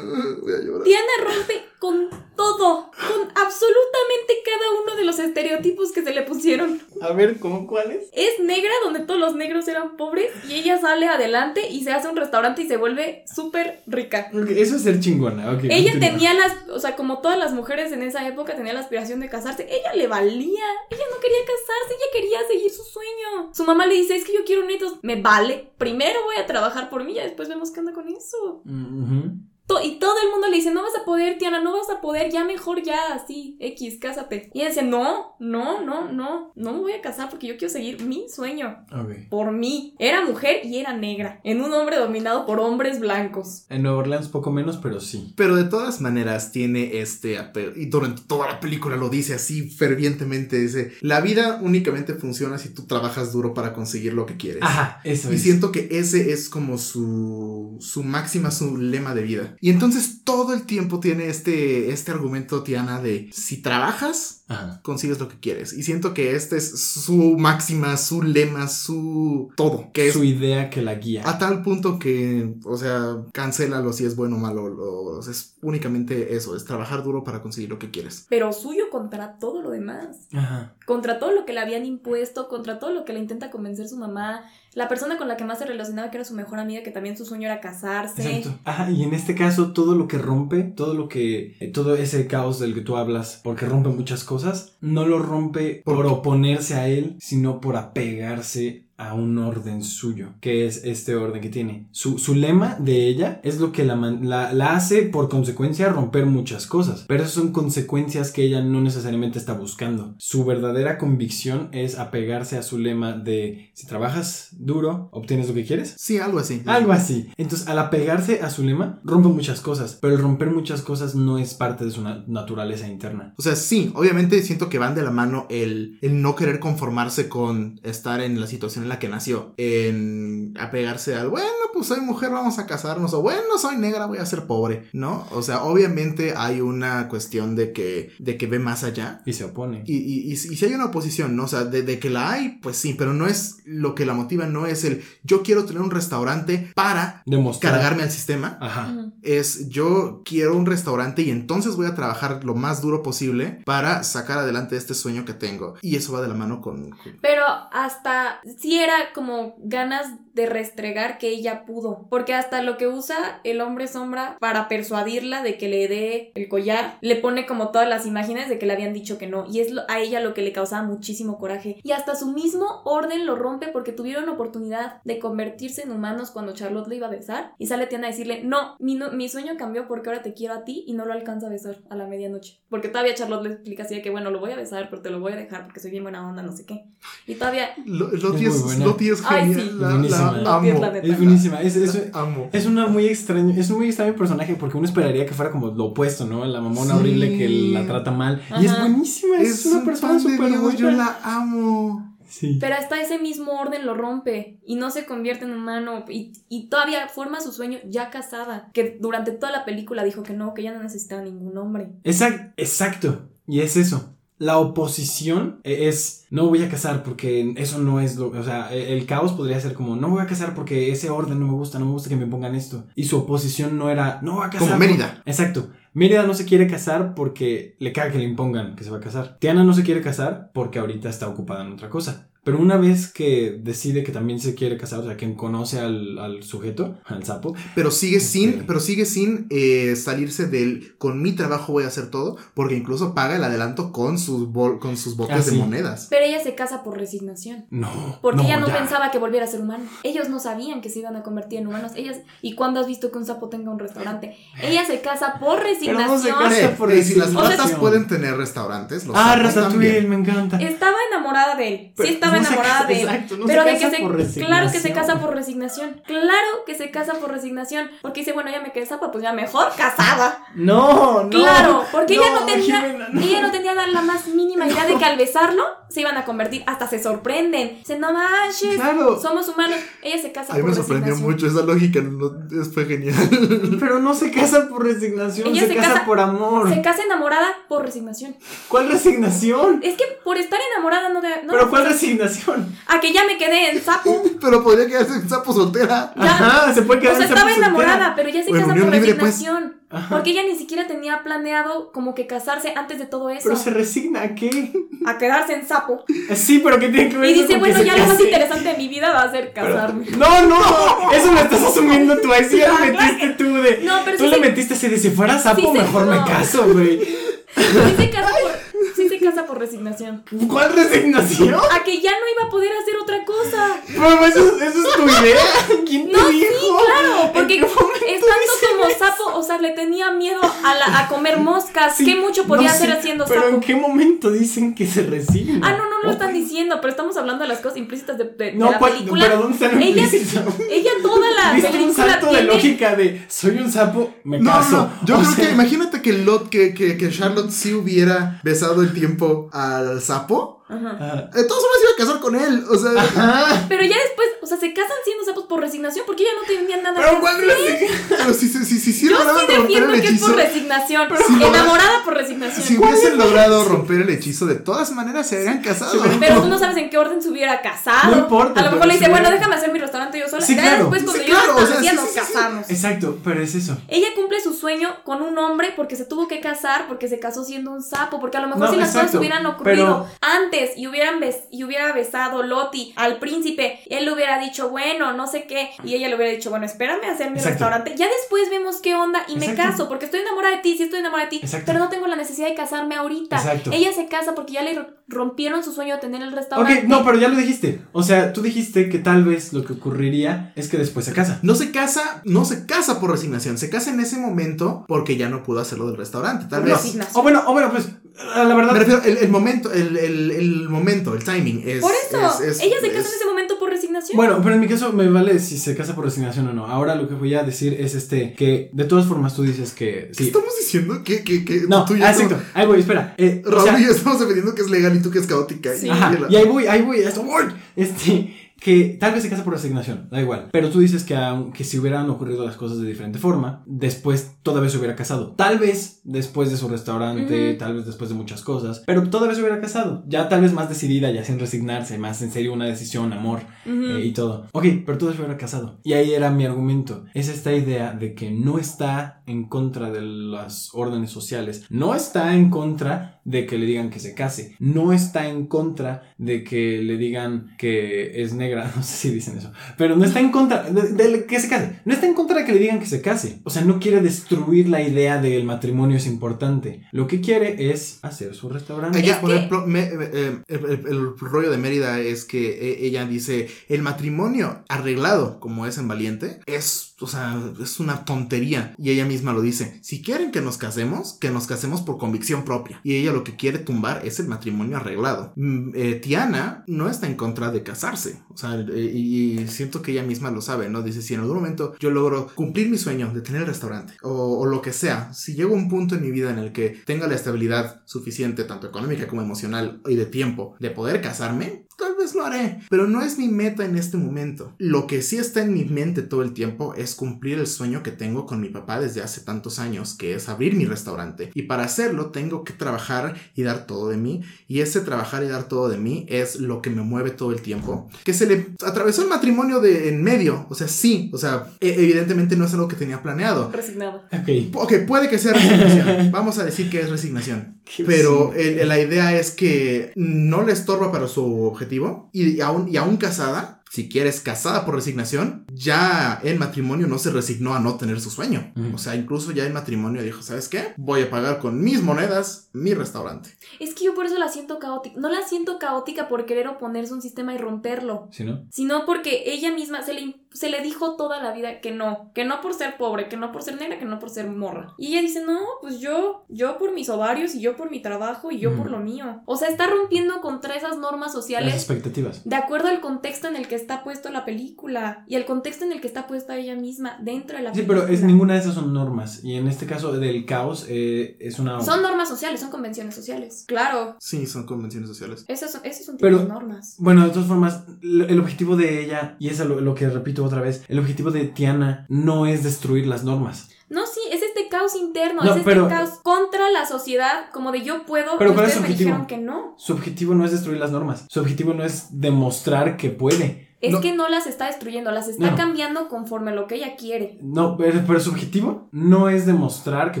B: Voy a llorar.
C: Diana rompe con todo, con absolutamente cada uno de los estereotipos que se le pusieron.
A: A ver, ¿cómo cuáles?
C: Es negra donde todos los negros eran pobres y ella sale adelante y se hace un restaurante y se vuelve súper rica.
A: Ok, Eso es ser chingona, ok.
C: Ella
A: continúa.
C: tenía las, o sea, como todas las mujeres en esa época tenía la aspiración de casarse, ella le valía, ella no quería casarse, ella quería seguir su sueño. Su mamá le dice, es que yo quiero nietos, me vale, primero voy a trabajar por mí, ya después vemos qué onda con eso.
A: Mhm.
C: To- y todo el mundo le dice, no vas a poder, Tiana, no vas a poder, ya mejor ya, así, X, cásate. Y ella dice, no, no, no, no, no me voy a casar porque yo quiero seguir mi sueño.
A: Ok.
C: Por mí. Era mujer y era negra. En un hombre dominado por hombres blancos.
A: En Nueva Orleans, poco menos, pero sí.
B: Pero de todas maneras tiene este apego, y durante toda la película lo dice así fervientemente, dice, la vida únicamente funciona si tú trabajas duro para conseguir lo que quieres.
A: Ajá, eso
B: Y
A: es.
B: siento que ese es como su, su máxima, su lema de vida. Y entonces todo el tiempo tiene este, este argumento, Tiana, de si trabajas,
A: Ajá.
B: consigues lo que quieres. Y siento que este es su máxima, su lema, su todo, que es
A: Su idea que la guía.
B: a tal punto que, o sea, cancélalo si es bueno o malo. lo- o sea, es únicamente eso, es trabajar duro para conseguir lo que quieres.
C: Pero suyo contra todo lo demás.
A: Ajá.
C: Contra todo lo que le habían impuesto, contra todo lo que le intenta convencer su mamá. La persona con la que más se relacionaba, que era su mejor amiga, que también su sueño era casarse.
A: Exacto. Ajá, y en este caso todo lo que rompe, todo lo que, eh, todo ese caos del que tú hablas, porque rompe muchas cosas, no lo rompe por oponerse a él, sino por apegarse a un orden suyo, que es este orden que tiene. Su, su lema de ella es lo que la, man- la, la hace por consecuencia romper muchas cosas, pero esas son consecuencias que ella no necesariamente está buscando. Su verdadera convicción es apegarse a su lema de si trabajas duro, obtienes lo que quieres.
B: Sí, algo así.
A: Algo así. Entonces, al apegarse a su lema, rompe muchas cosas, pero el romper muchas cosas no es parte de su na- naturaleza interna.
B: O sea, sí, obviamente siento que van de la mano el, el no querer conformarse con estar en la situación en la que nació, en apegarse al, bueno, pues pues soy mujer, vamos a casarnos, o bueno, soy negra, voy a ser pobre, ¿no? O sea, obviamente hay una cuestión de que, de que ve más allá.
A: Y se opone.
B: Y, y, y, si y si hay una oposición, ¿no? O sea, de, de que la hay, pues sí, pero no es lo que la motiva, no es el yo quiero tener un restaurante para
A: Demostrar.
B: cargarme al sistema.
A: Ajá.
C: Ujú.
B: Es yo quiero un restaurante y entonces voy a trabajar lo más duro posible para sacar adelante este sueño que tengo. Y eso va de la mano con. con-
C: Pero hasta sí era como ganas de restregar que ella pudo. Porque hasta lo que usa el hombre sombra para persuadirla de que le dé el collar, le pone como todas las imágenes de que le habían dicho que no. Y es lo- a ella lo que le causaba muchísimo coraje. Y hasta su mismo orden lo rompe porque tuvieron oportunidad de convertirse en humanos cuando Charlotte lo iba a besar. Y sale Tiana a decirle, no mi, no- mi sueño cambió porque ahora te quiero a ti y no lo alcanza a besar a la medianoche. Porque todavía Charlotte le explica así de que, bueno, lo voy a besar, pero te lo voy a dejar porque soy bien buena onda, no sé qué. Y todavía,
B: Lo-
A: Es
B: Lottie es,
A: muy buena.
B: Lottie es
C: Ay,
B: genial.
C: sí.
B: La,
A: Buenísima.
B: la
C: Lottie es
B: amo.
C: la neta.
A: Es buenísima. Es, es,
B: La amo.
A: es una muy extraño, es un muy extraño personaje porque uno esperaría que fuera como lo opuesto, ¿no? La mamona
B: Sí.
A: horrible que la trata mal. Y es
C: Ajá.
A: buenísima, es,
B: Es
A: una
B: un
A: persona
B: pan de
A: súper
B: Dios,
A: buena.
B: yo la amo.
A: Sí.
C: pero hasta ese mismo orden lo rompe y no se convierte en humano y, y todavía forma su sueño ya casada, que durante toda la película dijo que no, que ella no necesitaba ningún hombre.
A: Exac- exacto. Y es eso. La oposición e- es no voy a casar porque eso no es lo. O sea, e- el caos podría ser como no voy a casar porque ese orden no me gusta, no me gusta que me pongan esto. Y su oposición no era no va a casar.
B: Como
A: por-
B: Mérida.
A: Exacto. Mérida no se quiere casar porque le caga que le impongan que se va a casar. Tiana no se quiere casar porque ahorita está ocupada en otra cosa. Pero una vez que decide que también se quiere casar, o sea, que conoce al, al sujeto, al sapo,
B: Pero sigue sin,
A: Ok.
B: pero sigue sin eh, salirse del con mi trabajo voy a hacer todo, porque incluso paga el adelanto con sus bol- con sus botes
A: Ah, sí.
B: de monedas.
C: Pero ella se casa por resignación.
A: no.
C: Porque
A: no,
C: ella no
A: ya.
C: pensaba que volviera a ser humano. Ellos no sabían que se iban a convertir en humanos. Ellas, ¿y cuándo has visto que un sapo tenga un restaurante? Ella se casa por
A: Pero no se
C: resignación.
A: casa
B: Eh,
A: por
B: eh, si las
A: decisión.
B: ratas pueden tener restaurantes, los
A: Ah,
B: sapos
A: Ratatouille,
B: también.
A: me encanta.
C: Estaba enamorada de él. Sí estaba
A: No se
C: enamorada
A: casa-
C: de él.
A: exacto, no
C: pero
A: se
C: de que
A: casa
C: se
A: por
C: claro que se
A: resignación.
C: casa por resignación claro que se casa por resignación porque dice bueno ya me quedé zapa pues ya mejor casada
A: No, no.
C: claro porque ella no tenía
A: Jimena, no.
C: ella no tenía la más mínima idea de que al besarlo se iban a convertir hasta se sorprenden dice no manches
A: Claro.
C: somos humanos ella se casa
B: A mí
C: por
B: me sorprendió
C: resignación
B: mucho esa lógica, no- es- fue genial.
A: Pero no se casa por resignación,
C: Ella
A: se,
C: se
A: casa,
C: casa-
A: por amor.
C: se casa enamorada por resignación
A: ¿Cuál resignación?
C: es que por estar enamorada no, de, no
A: Pero ¿cuál resignación?
C: a que ya me quedé en sapo
B: Pero podría quedarse un sapo soltera.
C: Ya.
A: Ajá, pues se puede
C: o
A: quedar
C: sea
A: en esa
C: estaba enamorada
A: soltera.
C: pero ya se
B: O en
C: casa
B: unión
C: por
B: libre, pues.
C: resignación
A: Ajá.
C: porque ella ni siquiera tenía planeado como que casarse antes de todo eso
A: Pero se resigna a qué?
C: a quedarse en sapo.
A: Sí, pero ¿qué tiene que ver?
C: Y
A: eso
C: dice,
A: con que
C: bueno,
A: se
C: ya lo más
A: case?
C: interesante de mi vida va a ser casarme.
A: No, no, eso lo estás asumiendo tú. Ahí sí ya le metiste tú de.
C: No, pero
A: Tú
C: sí
A: le
C: se-
A: metiste así de si fuera sapo,
C: Sí se-
A: mejor me
C: no.
A: caso, güey.
C: Sí se casa por, sí se casa por resignación.
A: ¿Cuál resignación?
C: A que ya no iba a poder hacer otra cosa.
A: Pero eso, eso es tu idea. ¿Quién te
C: No, sí,
A: dijo?
C: claro,
A: ¿En
C: porque
A: qué momento dices?
C: estando como sapo, o sea, le tenía miedo a, la, a comer moscas.
A: Sí,
C: ¿Qué mucho podía
A: no
C: hacer
A: sé,
C: haciendo
A: Pero
C: sapo?
A: ¿en qué momento dicen que se resigna?
C: Ah, no, no lo están diciendo, pero estamos hablando de las cosas implícitas de, de- de
A: No,
C: la
A: ¿cuál-
C: película.
A: pero ¿dónde está lo
C: ella,
A: implícito?
C: ella toda la
A: Viste un
C: película
A: salto de
C: tiene-
A: lógica de soy un sapo, me
B: No,
A: caso.
B: no, yo
A: O
B: creo
A: sea,
B: que imagínate que, Lot, que, que, que Charlotte sí hubiera besado el tiempo al sapo.
C: Ajá.
A: ah,
B: Entonces uno se iba a casar con él. O sea,
A: ah,
C: Pero ya después, o sea, se casan siendo sapos por resignación porque ella no tenía nada que
A: pero ¿cuál
C: hacer.
A: resignación?
B: pero si, si, si, si, si
C: Yo
B: lograban
C: sí
B: romper
C: defiendo
B: el
C: que es
B: hechizo.
C: por resignación.
B: Si no-
C: enamorada por resignación.
B: Si hubiesen logrado romper el hechizo, de todas maneras se habrían casado.
C: Pero tú no sabes en qué orden se hubiera casado.
A: No importa,
C: A lo mejor
A: pero
C: le dice,
A: sí.
C: bueno, déjame hacer mi restaurante yo sola.
A: Sí,
C: ya
A: claro.
C: después cuando
B: Sí,
C: yo
B: claro,
C: me
B: o sea,
C: establecía,
B: sí,
C: nos
B: sí, sí, sí.
C: casamos.
A: Exacto, pero es eso.
C: Ella cumple su sueño con un hombre porque se tuvo que casar, porque se casó siendo un sapo, porque a lo mejor
A: No,
C: si las
A: exacto,
C: cosas hubieran ocurrido
A: pero-
C: antes y hubieran bes- y hubiera besado Loti al príncipe, él le hubiera dicho, bueno, no sé qué, y ella le hubiera dicho, bueno, espérame a hacer mi
A: Exacto.
C: restaurante, ya después vemos qué onda y me
A: Exacto.
C: caso, porque estoy enamorada de ti, sí estoy enamorada de ti,
A: Exacto.
C: pero no tengo la necesidad de casarme ahorita.
A: Exacto.
C: Ella se casa porque ya le ro- rompieron su sueño de tener el
A: Ok,
C: restaurante.
A: no, pero ya lo dijiste. O sea, tú dijiste que tal vez lo que ocurriría es que después se casa.
B: No se casa, no se casa por resignación, se casa en ese momento porque ya no pudo hacerlo del restaurante, tal
C: No.
B: vez.
C: Resignación.
A: O bueno, o bueno, pues, ah, la
B: Me
A: verdad.
B: refiero, el, el momento, el, el, el momento, el timing es.
C: Por eso,
B: es- es-
C: ella se casa
B: es-
C: en ese momento por resignación.
A: Bueno, pero en mi caso me vale si se casa por resignación o no. Ahora lo que voy a decir es este, que de todas formas tú dices que
B: ¿Qué
A: sí.
B: estamos diciendo? que que que
A: No,
B: tú y yo
A: ah,
B: como-
A: exacto. Ahí voy, espera. Eh, o
B: Raúl
A: sea,
B: y yo estamos defendiendo que es legal y tú que es caótica.
C: Sí.
B: Y-
A: Ajá,
B: y la-
A: y ahí voy, ahí voy, a eso voy. Este, que tal vez se casa por asignación, da igual. Pero tú dices que aunque si hubieran ocurrido las cosas de diferente forma, después todavía se hubiera casado. Tal vez después de su restaurante,
C: Ujú.
A: tal vez después de muchas cosas, pero todavía se hubiera casado. Ya tal vez más decidida, ya sin resignarse, más en serio una decisión, amor
C: Ujú.
A: eh, y todo. Ok, pero todo se hubiera casado. Y ahí era mi argumento. Es esta idea de que no está en contra de las órdenes sociales. No está en contra de que le digan que se case. No está en contra de que le digan que es negra. No sé si dicen eso. Pero no está en contra de, de que se case. No está en contra de que le digan que se case. O sea, no quiere destruir la idea del matrimonio es importante. Lo que quiere es hacer su restaurante.
B: Ella,
C: Es
B: por
C: que-
B: ejemplo, me- eh, eh, el, el- el rollo de Mérida es que eh, ella dice, el matrimonio arreglado como es en Valiente es, o sea, es una tontería. Y ella misma lo dice, si quieren que nos casemos, que nos casemos por convicción propia. Y ella lo que quiere tumbar es el matrimonio arreglado. Mm, eh, Tiana no está en contra de casarse, o sea, eh, y, y siento que ella misma lo sabe, ¿no? Dice, si en algún momento yo logro cumplir mi sueño de tener el restaurante o, o lo que sea, si llego a un punto en mi vida en el que tenga la estabilidad suficiente, tanto económica como emocional y de tiempo, de poder casarme, tal vez lo haré, pero no es mi meta en este momento. Lo que sí está en mi mente todo el tiempo es cumplir el sueño que tengo con mi papá desde hace tantos años, que es abrir mi restaurante. Y para hacerlo tengo que trabajar y dar todo de mí. Y ese trabajar y dar todo de mí es lo que me mueve todo el tiempo. Que se le atravesó el matrimonio de en medio. O sea, sí. O sea, e- evidentemente no es algo que tenía planeado.
C: Resignado.
A: Ok.
B: Ok, puede que sea resignación. Vamos a decir que es resignación. Pero el- la idea es que no le estorba para su objetivo y aún, y aún casada, si quieres casada por resignación, ya el matrimonio no se resignó a no tener su sueño.
A: Ujú.
B: O sea, incluso ya el matrimonio dijo, ¿sabes qué? Voy a pagar con mis monedas mi restaurante.
C: Es que yo por eso la siento caótica. No la siento caótica por querer oponerse a un sistema y romperlo.
A: ¿Sí, no?
C: sino porque ella misma se le, se le dijo toda la vida que no, que no por ser pobre, que no por ser negra, que no por ser morra. Y ella dice, no, pues yo, yo por mis ovarios y yo por mi trabajo y yo por
A: Mm.
C: lo mío. O sea, está rompiendo contra esas normas
A: Las
C: sociales
A: expectativas.
C: de acuerdo al contexto en el que está puesto la película y el contexto en el que está puesta ella misma dentro de la
A: Sí,
C: película.
A: pero es, ninguna de esas son normas. Y en este caso del caos eh, es una...
C: Son normas sociales, son convenciones sociales. Claro,
B: Sí, son convenciones sociales.
C: eso es, eso es un tipo
A: Pero-
C: de normas.
A: Bueno, de todas formas, l- el objetivo de ella, y es lo, lo que repito otra vez, el objetivo de Tiana no es destruir las normas.
C: No, sí, es este caos interno,
A: No,
C: es este
A: pero-
C: caos contra la sociedad, como de yo puedo,
A: Pero
C: y
A: ¿cuál es
C: ustedes
A: su
C: me
A: objetivo?
C: dijeron que no.
A: Su objetivo no es destruir las normas. Su objetivo no es demostrar que puede.
C: Es
B: No.
C: que no las está destruyendo, las está
A: No.
C: cambiando conforme a lo que ella quiere.
A: No, pero, pero su objetivo no es demostrar que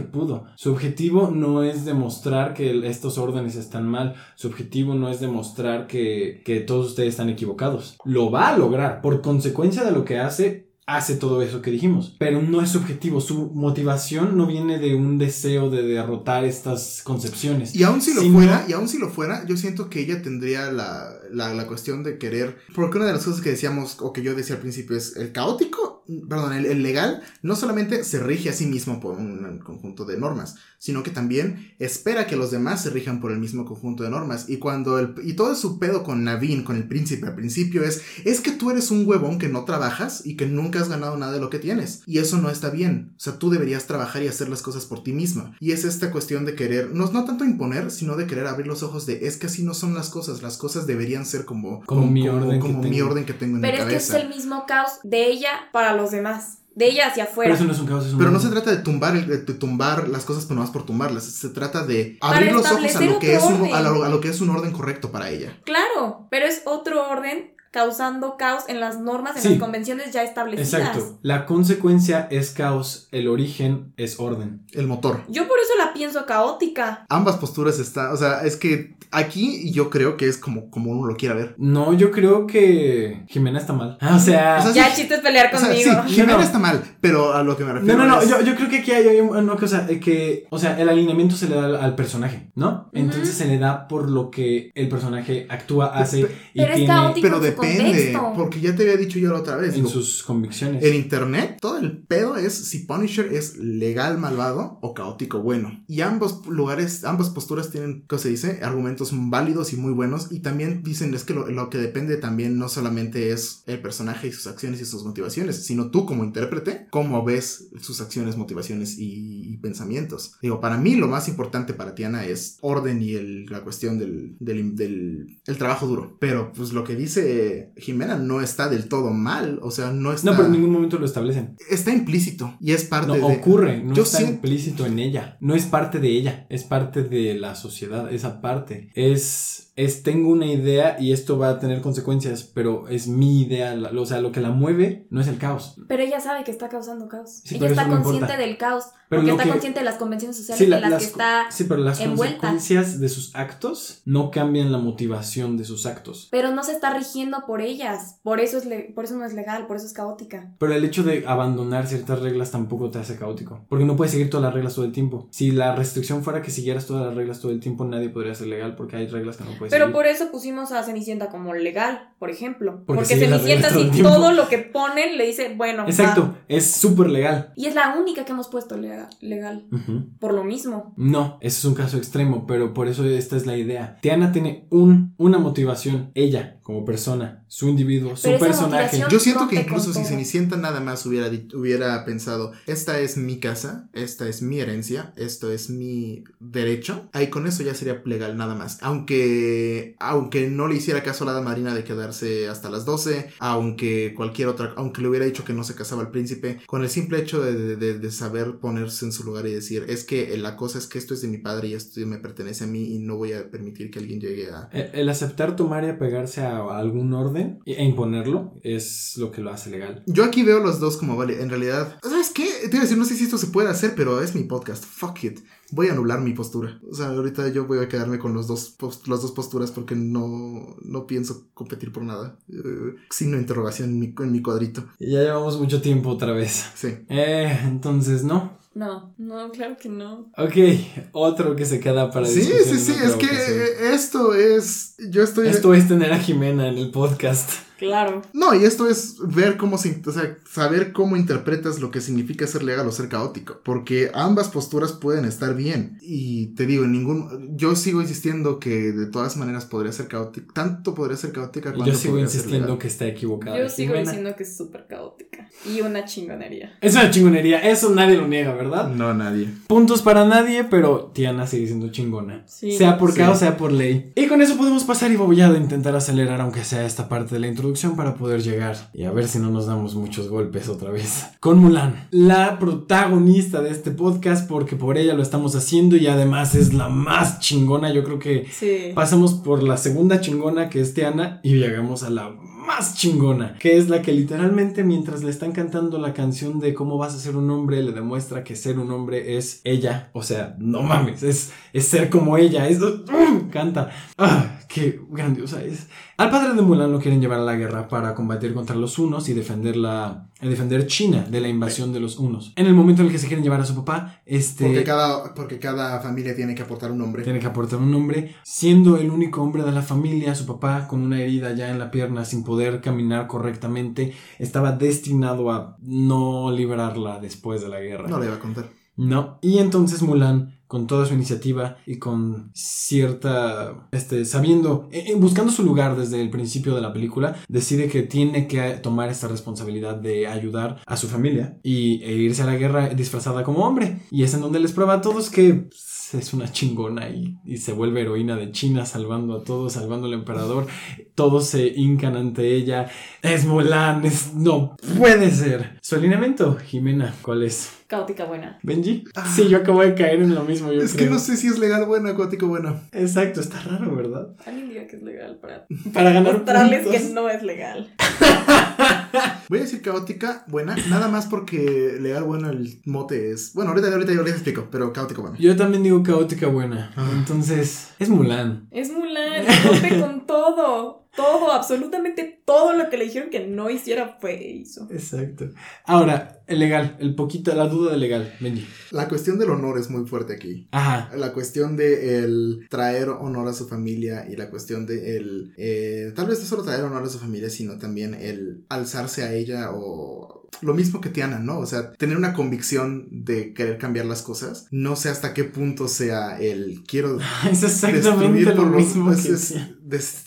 A: pudo. Su objetivo no es demostrar que el- estos órdenes están mal. Su objetivo no es demostrar que, que todos ustedes están equivocados. Lo va a lograr. Por consecuencia de lo que hace, hace todo eso que dijimos. Pero no es su objetivo. Su motivación no viene de un deseo de derrotar estas concepciones.
B: Y aún si lo
A: Si
B: fuera, y aún si lo fuera, yo siento que ella tendría la, la, la cuestión de querer. Porque una de las cosas que decíamos, o que yo decía al principio, es el caótico, perdón, el, el legal, no solamente se rige a sí mismo por un conjunto de normas, sino que también espera que los demás se rijan por el mismo conjunto de normas. Y cuando el. Y todo su pedo con Naveen, con el príncipe, al principio es. Es que tú eres un huevón que no trabajas y que nunca has ganado nada de lo que tienes. Y eso no está bien. O sea, tú deberías trabajar y hacer las cosas por ti misma. Y es esta cuestión de querer, no, no tanto imponer, sino de querer abrir los ojos de es que así no son las cosas. Las cosas deberían ser como,
A: Como mi orden que
B: como mi
A: tengo.
B: orden que tengo en
C: Pero
B: mi
C: es que es
B: cabeza.
C: el mismo caos de ella para los demás, de ella hacia
A: Pero
C: afuera.
A: eso no es un caos, es un
B: Pero no
A: orden.
B: se trata de tumbar, el- de tumbar las cosas por nomás por tumbarlas. Se trata de
C: Para
B: abrir los ojos a
C: establecer
B: lo, que es
C: otro
B: un, a, lo,
C: orden.
B: a lo que es un orden correcto para ella.
C: Claro, pero es otro orden causando caos en las normas, en
A: Sí.
C: las convenciones ya establecidas.
A: Exacto. La consecuencia es caos. El origen es orden.
B: El motor.
C: Yo por eso la pienso caótica.
B: Ambas posturas están, o sea, es que aquí yo creo que es como, como uno lo quiera ver.
A: No, yo creo que Jimena está mal. Ah, o sea...
B: O sea,
C: Ya el chiste es pelear
B: O sea,
C: conmigo.
B: sí, Jimena
A: No.
B: está mal, pero a lo que me
A: No,
B: refiero.
A: no, no,
B: es-
A: yo, yo creo que aquí hay, hay una cosa eh, que, o sea, el alineamiento se le da al, al personaje, ¿no? Entonces se le da por lo que el personaje actúa, hace y
C: Pero es
A: tiene
C: caótico
B: Pero
C: en su
B: depende,
C: contexto.
B: porque ya te había dicho yo la otra vez.
A: en
B: digo,
A: sus convicciones.
B: En internet, todo el pedo es si Punisher es legal malvado malvado o caótico bueno. Y ambos lugares, ambas posturas tienen, ¿cómo se dice? Argumentos válidos y muy buenos. Y también dicen es que lo, lo que depende también no solamente es el personaje y sus acciones y sus motivaciones, sino tú como intérprete, cómo ves sus acciones, motivaciones y, y pensamientos. Digo, para mí lo más importante para Tiana es orden y el, la cuestión del, del, del el trabajo duro. Pero pues lo que dice Jimena no está del todo mal. O sea, no está...
A: No, pero en ningún momento lo establecen.
B: Está implícito y es parte
A: No,
B: de...
A: ocurre, no
B: Yo
A: está
B: sí-
A: implícito en ella. No es parte de ella, es parte de la sociedad, esa parte. Es, es tengo una idea y esto va a tener consecuencias, pero es mi idea. la- o sea, lo que la mueve no es el caos.
C: Pero ella sabe que está causando caos.
A: Sí,
C: ella
A: pero
C: está
A: eso no
C: consciente
A: importa.
C: del caos.
A: Pero
C: porque
A: lo
C: está
A: que-
C: consciente de las convenciones sociales
A: Sí, la-
C: en las,
A: las
C: que
A: co-
C: está.
A: sí, pero las
C: envuelta.
A: consecuencias de sus actos no cambian la motivación de sus actos.
C: Pero no se está rigiendo por ellas. Por eso, es le- por eso no es legal, por eso es caótica.
A: Pero el hecho de abandonar ciertas reglas tampoco te hace caótico. Porque no puedes seguir todas las reglas todo el tiempo. Si la restricción fuera que siguieras todas las reglas todo el tiempo, nadie podría ser legal porque hay reglas que no puedes
C: Pero
A: seguir.
C: por eso pusimos a Cenicienta como legal, por ejemplo.
A: Porque
C: Porque,
A: sigue la regla
C: Cenicienta,
A: todo el
C: si
A: tiempo.
C: todo lo que ponen le dice, bueno, va.
A: Exacto, es súper legal.
C: Y es la única que hemos puesto lega- legal.
A: Ujú.
C: Por lo mismo.
A: No, ese es un caso extremo, pero por eso esta es la idea. Tiana tiene un, una motivación, ella como persona, su individuo, su
C: Pero esa
A: personaje.
C: motivación-
B: Yo siento
C: rompe
B: que incluso
C: con
B: si
C: todo.
B: Cenicienta nada más hubiera, di- hubiera pensado, esta es mi casa, esta es mi herencia, esto es mi derecho, ahí con eso ya sería legal nada más. Aunque, aunque no le hiciera caso a la dama marina de quedarse hasta las 12, aunque cualquier otra, aunque le hubiera dicho que no se casaba el príncipe, con el simple hecho de, de- de- de saber ponerse en su lugar y decir, es que la cosa es que esto es de mi padre y esto me pertenece a mí y no voy a permitir que alguien llegue a...
A: Eh, El, el aceptar tomar y apegarse a, a algún orden e imponerlo es lo que lo hace legal.
B: Yo aquí veo los dos como, vale, en realidad, ¿sabes qué? Te iba a decir, no sé si esto se puede hacer, pero es mi podcast, fuck it. Voy a anular mi postura. O sea, ahorita yo voy a quedarme con los dos pos- las dos posturas porque no, no pienso competir por nada. Eh, signo de interrogación en mi, en mi cuadrito.
A: Y ya llevamos mucho tiempo otra vez.
B: Sí.
A: Eh, entonces no.
C: No, no, claro que no.
A: Ok, otro que se queda para
B: Sí,
A: discusión
B: sí,
A: en
B: sí,
A: otra
B: es que
A: ocasión.
B: eh, esto es... Yo estoy...
A: Esto es tener a Jimena en el podcast.
C: Claro.
B: No, y esto es ver cómo se, o sea, saber cómo interpretas lo que significa ser legal o ser caótico, porque ambas posturas pueden estar bien. Y te digo, en ningún, yo sigo insistiendo que de todas maneras podría ser caótica, tanto podría ser caótica
A: Y
B: cuanto
A: yo sigo
B: podría ser
A: insistiendo
B: legal.
A: que está equivocada.
C: Yo sigo
A: Jimena.
C: diciendo que es súper caótica. Y una chingonería.
A: Es una chingonería, eso nadie lo niega, ¿verdad?
B: No, nadie.
A: puntos para nadie, pero Tiana sigue siendo chingona.
C: Sí.
A: sea por
B: Sí.
A: caos, sea por ley. Y con eso podemos pasar y voy a intentar acelerar, aunque sea esta parte de la introducción, para poder llegar y a ver si no nos damos muchos golpes otra vez. Con Mulan, la protagonista de este podcast, porque por ella lo estamos haciendo y además es la más chingona. Yo creo que
C: Sí.
A: Pasamos por la segunda chingona que es Tiana y llegamos a la más chingona, que es la que literalmente mientras le están cantando la canción de cómo vas a ser un hombre, le demuestra que ser un hombre es ella. O sea, no mames, es, es ser como ella, es... ¡Ugh! Canta. ¡Ah! ¡Qué grandiosa es! Al padre de Mulan lo quieren llevar a la guerra para combatir contra los hunos y defender, la, eh, defender China de la invasión de los hunos. En el momento en el que se quieren llevar a su papá, este...
B: Porque cada, porque cada familia tiene que aportar un hombre.
A: Tiene que aportar un hombre, siendo el único hombre de la familia, su papá con una herida ya en la pierna, sin poder caminar correctamente, estaba destinado a no librarla después de la guerra.
B: No le iba a contar.
A: No. Y entonces Mulan, con toda su iniciativa y con cierta, este, sabiendo, eh, eh, buscando su lugar desde el principio de la película, decide que tiene que tomar esta responsabilidad de ayudar a su familia y, e irse a la guerra disfrazada como hombre. Y es en donde les prueba a todos que pues, es una chingona y, y se vuelve heroína de China, salvando a todos, salvando al emperador. Todos se hincan ante ella. Es Mulan, es- no puede ser. Su alineamiento, Jimena, ¿cuál es?
C: Caótica buena.
A: Benji. Sí, yo acabo de caer en lo mismo. Yo
B: Ah. Es que
A: creo.
B: no sé si es legal bueno, acuático bueno.
A: Exacto, está raro, ¿verdad?
C: Alguien diga que es legal para
A: Para ganar
C: mostrarles
A: puntos.
C: que no es legal.
B: Voy a decir caótica buena, nada más porque legal bueno el mote es... Bueno, ahorita, ahorita yo les explico, pero caótico bueno.
A: Yo también digo
B: Ah.
A: caótica buena. Entonces, es Mulan.
C: Es Mulan, rompe con todo. todo, absolutamente todo lo que le dijeron que no hiciera fue hizo.
A: Exacto. Ahora, el legal, el poquito, la duda del legal, Benji.
B: La cuestión del honor es muy fuerte aquí.
A: Ajá.
B: La cuestión de el traer honor a su familia y la cuestión de el, eh, tal vez no solo traer honor a su familia, sino también el alzarse a ella o lo mismo que Tiana, ¿no? O sea, tener una convicción de querer cambiar las cosas. No sé hasta qué punto sea el quiero
A: Es
B: destruir
A: exactamente
B: por
A: lo
B: lo-
A: mismo
B: es-
A: que
B: es-
A: decía.
B: des-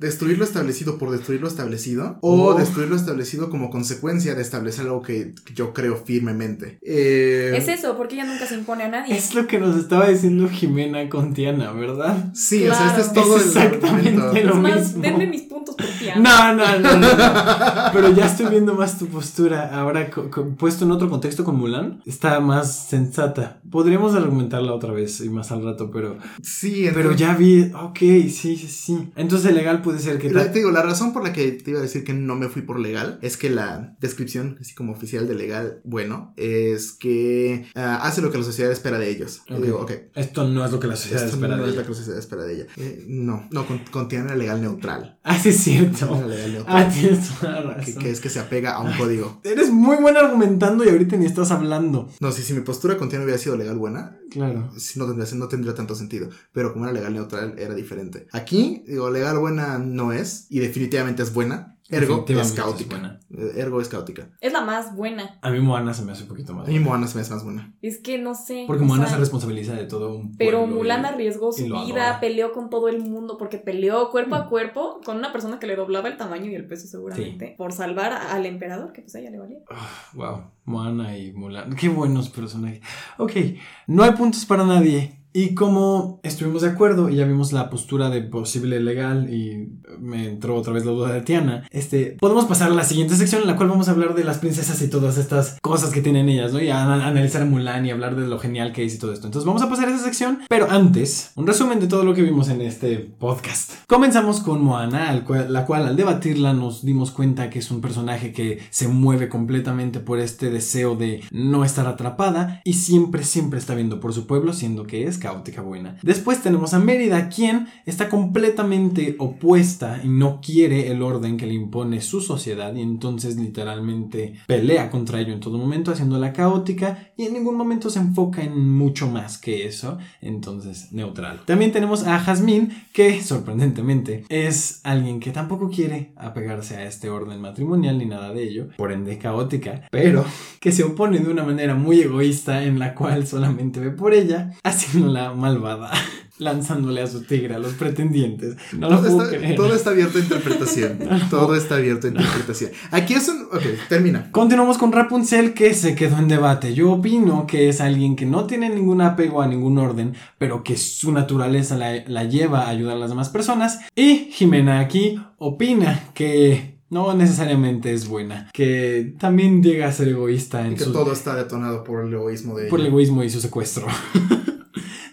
B: destruir lo establecido por destruir lo establecido o
A: Oh.
B: destruir lo establecido como consecuencia de establecer algo que yo creo firmemente. Eh,
C: Es eso, porque ella nunca se impone a nadie.
A: Es lo que nos estaba diciendo Jimena con Tiana, ¿verdad?
B: Sí, o sea, este
C: Claro.
B: es todo
A: Es
B: el
A: exactamente
B: argumento.
A: lo
C: es más,
A: mismo.
C: denme mis puntos por Tiana.
A: No, no, no, no, no. Pero ya estoy viendo más tu postura. Ahora, co- co- puesto en otro contexto con Mulan, está más sensata. Podríamos argumentarla otra vez y más al rato, pero,
B: Sí,
A: pero
B: entonces-
A: ya vi. Ok, sí, sí, sí. Entonces, legal puede ser que.
B: La-
A: tal-
B: te digo, la razón por la que te iba a decir que no me fui por legal es que la descripción, así como oficial de legal, bueno, es que ah, hace lo que la sociedad espera de ellos. Y
A: Ok.
B: digo, ok,
A: Esto no es lo que la sociedad
B: esto
A: espera
B: no
A: de
B: es lo
A: ella.
B: que la sociedad espera de ella. Eh, no, no, con- contiene la legal neutral.
A: Ah, sí, es
B: Contiene
A: cierto.
B: la legal neutral,
A: Ah, tienes toda la
B: que,
A: razón.
B: que es que se apega a un código.
A: Eres muy buena argumentando y ahorita ni estás hablando.
B: No, si, si mi postura contiene hubiera sido legal buena,
A: Claro.
B: sí, no tendría, no tendría tanto sentido. Pero como era legal neutral, era diferente. Aquí, digo, legal buena no es, y definitivamente es buena. Ergo es
A: Definitivamente es
B: caótica.
A: buena.
B: Eh, Ergo es caótica.
C: Es la más buena.
A: A mí Moana se me hace un poquito más.
B: A mí Moana se me hace más buena.
C: Es que no sé.
A: Porque
C: o
A: Moana
C: sea,
A: se responsabiliza de todo un
C: Pero
A: pueblo y-
C: Mulan arriesgó su
A: y lo
C: vida,
A: adora. Mm.
C: peleó con todo el mundo, porque peleó cuerpo a cuerpo con una persona que le doblaba el tamaño y el peso seguramente, por salvar a- al emperador, que pues a ella le valía.
A: Wow, Moana y Mulan. Qué buenos personajes. Ok, no hay puntos para nadie. Y como estuvimos de acuerdo y ya vimos la postura de posible legal y me entró otra vez la duda de Tiana, este, podemos pasar a la siguiente sección en la cual vamos a hablar de las princesas y todas estas cosas que tienen ellas, ¿no? Y a- a- analizar a Mulan y hablar de lo genial que es y todo esto. Entonces vamos a pasar a esa sección, pero antes, un resumen de todo lo que vimos en este podcast. Comenzamos con Moana, al cual- la cual al debatirla nos dimos cuenta que es un personaje que se mueve completamente por este deseo de no estar atrapada y siempre, siempre está viendo por su pueblo, siendo que es caótica buena. Después tenemos a Mérida, quien está completamente opuesta y no quiere el orden que le impone su sociedad y entonces literalmente pelea contra ello en todo momento, haciéndola caótica y en ningún momento se enfoca en mucho más que eso, entonces neutral. También tenemos a Jazmín, que sorprendentemente es alguien que tampoco quiere apegarse a este orden matrimonial ni nada de ello, por ende caótica, pero que se opone de una manera muy egoísta en la cual solamente ve por ella, haciéndola malvada, lanzándole a su tigre a los pretendientes. No lo
B: Todo
A: puedo
B: está,
A: creer.
B: todo está abierto a interpretación. todo está abierto a interpretación. Aquí es un. Ok, termina.
A: Continuamos con Rapunzel que se quedó en debate. Yo opino que es alguien que no tiene ningún apego a ningún orden, pero que su naturaleza la, la lleva a ayudar a las demás personas. Y Jimena aquí opina que no necesariamente es buena, que también llega a ser egoísta
B: Y
A: en
B: que
A: su
B: todo está detonado por el egoísmo de.
A: por el
B: ella.
A: egoísmo y su secuestro.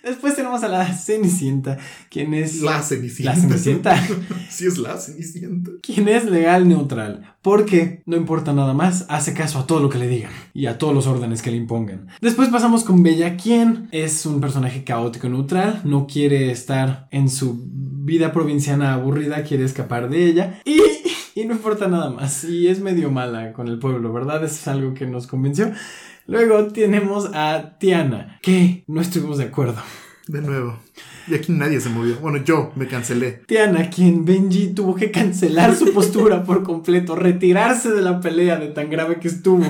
A: Después tenemos a la Cenicienta, quien es
B: La cenicienta.
A: la Cenicienta.
B: sí, es la cenicienta.
A: quien es legal neutral, porque no importa nada más, hace caso a todo lo que le digan y a todos los órdenes que le impongan. Después pasamos con Bella, quien es un personaje caótico neutral, no quiere estar en su vida provinciana aburrida, quiere escapar de ella y, y no importa nada más. Y es medio mala con el pueblo, ¿verdad? Eso es algo que nos convenció. Luego tenemos a Tiana, que no estuvimos de acuerdo.
B: De nuevo. Y aquí nadie se movió. Bueno, yo me cancelé.
A: Tiana, quien Benji tuvo que cancelar su postura por completo, retirarse de la pelea de tan grave que estuvo.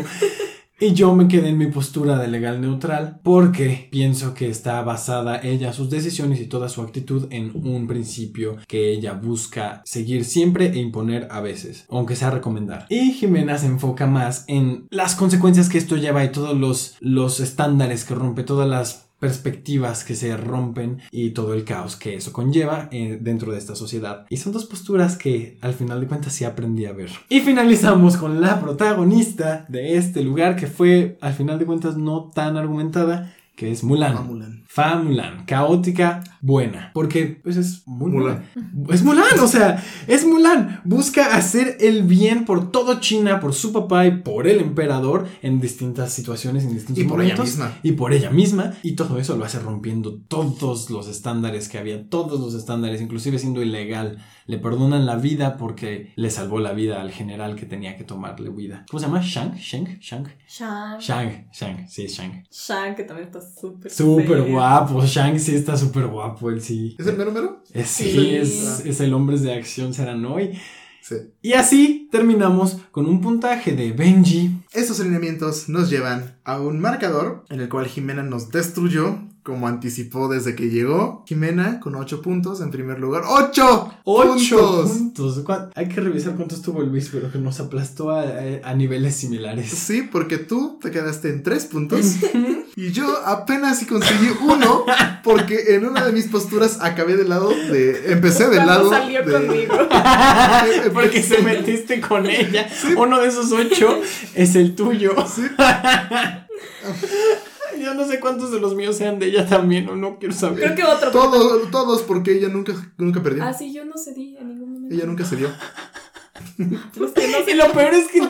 A: Y yo me quedé en mi postura de legal neutral porque pienso que está basada ella, sus decisiones y toda su actitud en un principio que ella busca seguir siempre e imponer a veces, aunque sea recomendar. Y Jimena se enfoca más en las consecuencias que esto lleva y todos los, los estándares que rompe, todas las perspectivas que se rompen y todo el caos que eso conlleva eh, dentro de esta sociedad. Y son dos posturas que al final de cuentas sí aprendí a ver. Y finalizamos con la protagonista de este lugar que fue al final de cuentas no tan argumentada, que es Mulan.
B: Ah, Mulan.
A: Fa Mulan, caótica, buena. Porque pues es muy
B: Mulan.
A: buena. Es Mulan, o sea, es Mulan. Busca hacer el bien por todo China, por su papá y por el emperador en distintas situaciones, en distintos
B: Y por ella
A: momentos.
B: misma.
A: Y por ella misma. Y todo eso lo hace rompiendo todos los estándares que había, todos los estándares, inclusive siendo ilegal. Le perdonan la vida porque le salvó la vida al general que tenía que tomarle vida. ¿Cómo se llama? Shang, Shang, Shang.
C: Shang.
A: Shang, Shang, sí, Shang.
C: Shang, que también está súper.
A: Súper
C: feo.
A: guapo, Shang sí está súper guapo, él sí.
B: ¿Es el mero mero?
A: Es, sí,
C: Sí.
A: es, es el hombre de acción serán hoy.
B: Sí.
A: Y así terminamos con un puntaje de Benji.
B: Estos alineamientos nos llevan a un marcador en el cual Jimena nos destruyó, como anticipó desde que llegó. Jimena con 8 puntos en primer lugar. ¡8!
A: 8
B: puntos!
A: puntos. ¿Cuán- Hay que revisar cuántos tuvo Luis, pero que nos aplastó a, a- a niveles similares.
B: Sí, porque tú te quedaste en 3 puntos y yo apenas si conseguí uno porque en una de mis posturas acabé del lado de... Empecé del
C: Cuando
B: lado...
C: salió
B: de-
C: conmigo.
B: Empecé-
A: Porque se metiste con ella. Uno de esos ocho es el tuyo.
B: Sí,
A: Yo no sé cuántos de los míos sean de ella también, o no quiero saber.
C: Creo que otro.
B: todos, todos porque ella nunca, nunca perdió.
C: Ah, sí, yo no cedí en ningún momento.
B: Ella nunca se dio.
C: Los que no
A: Y
C: cedí.
A: lo peor es que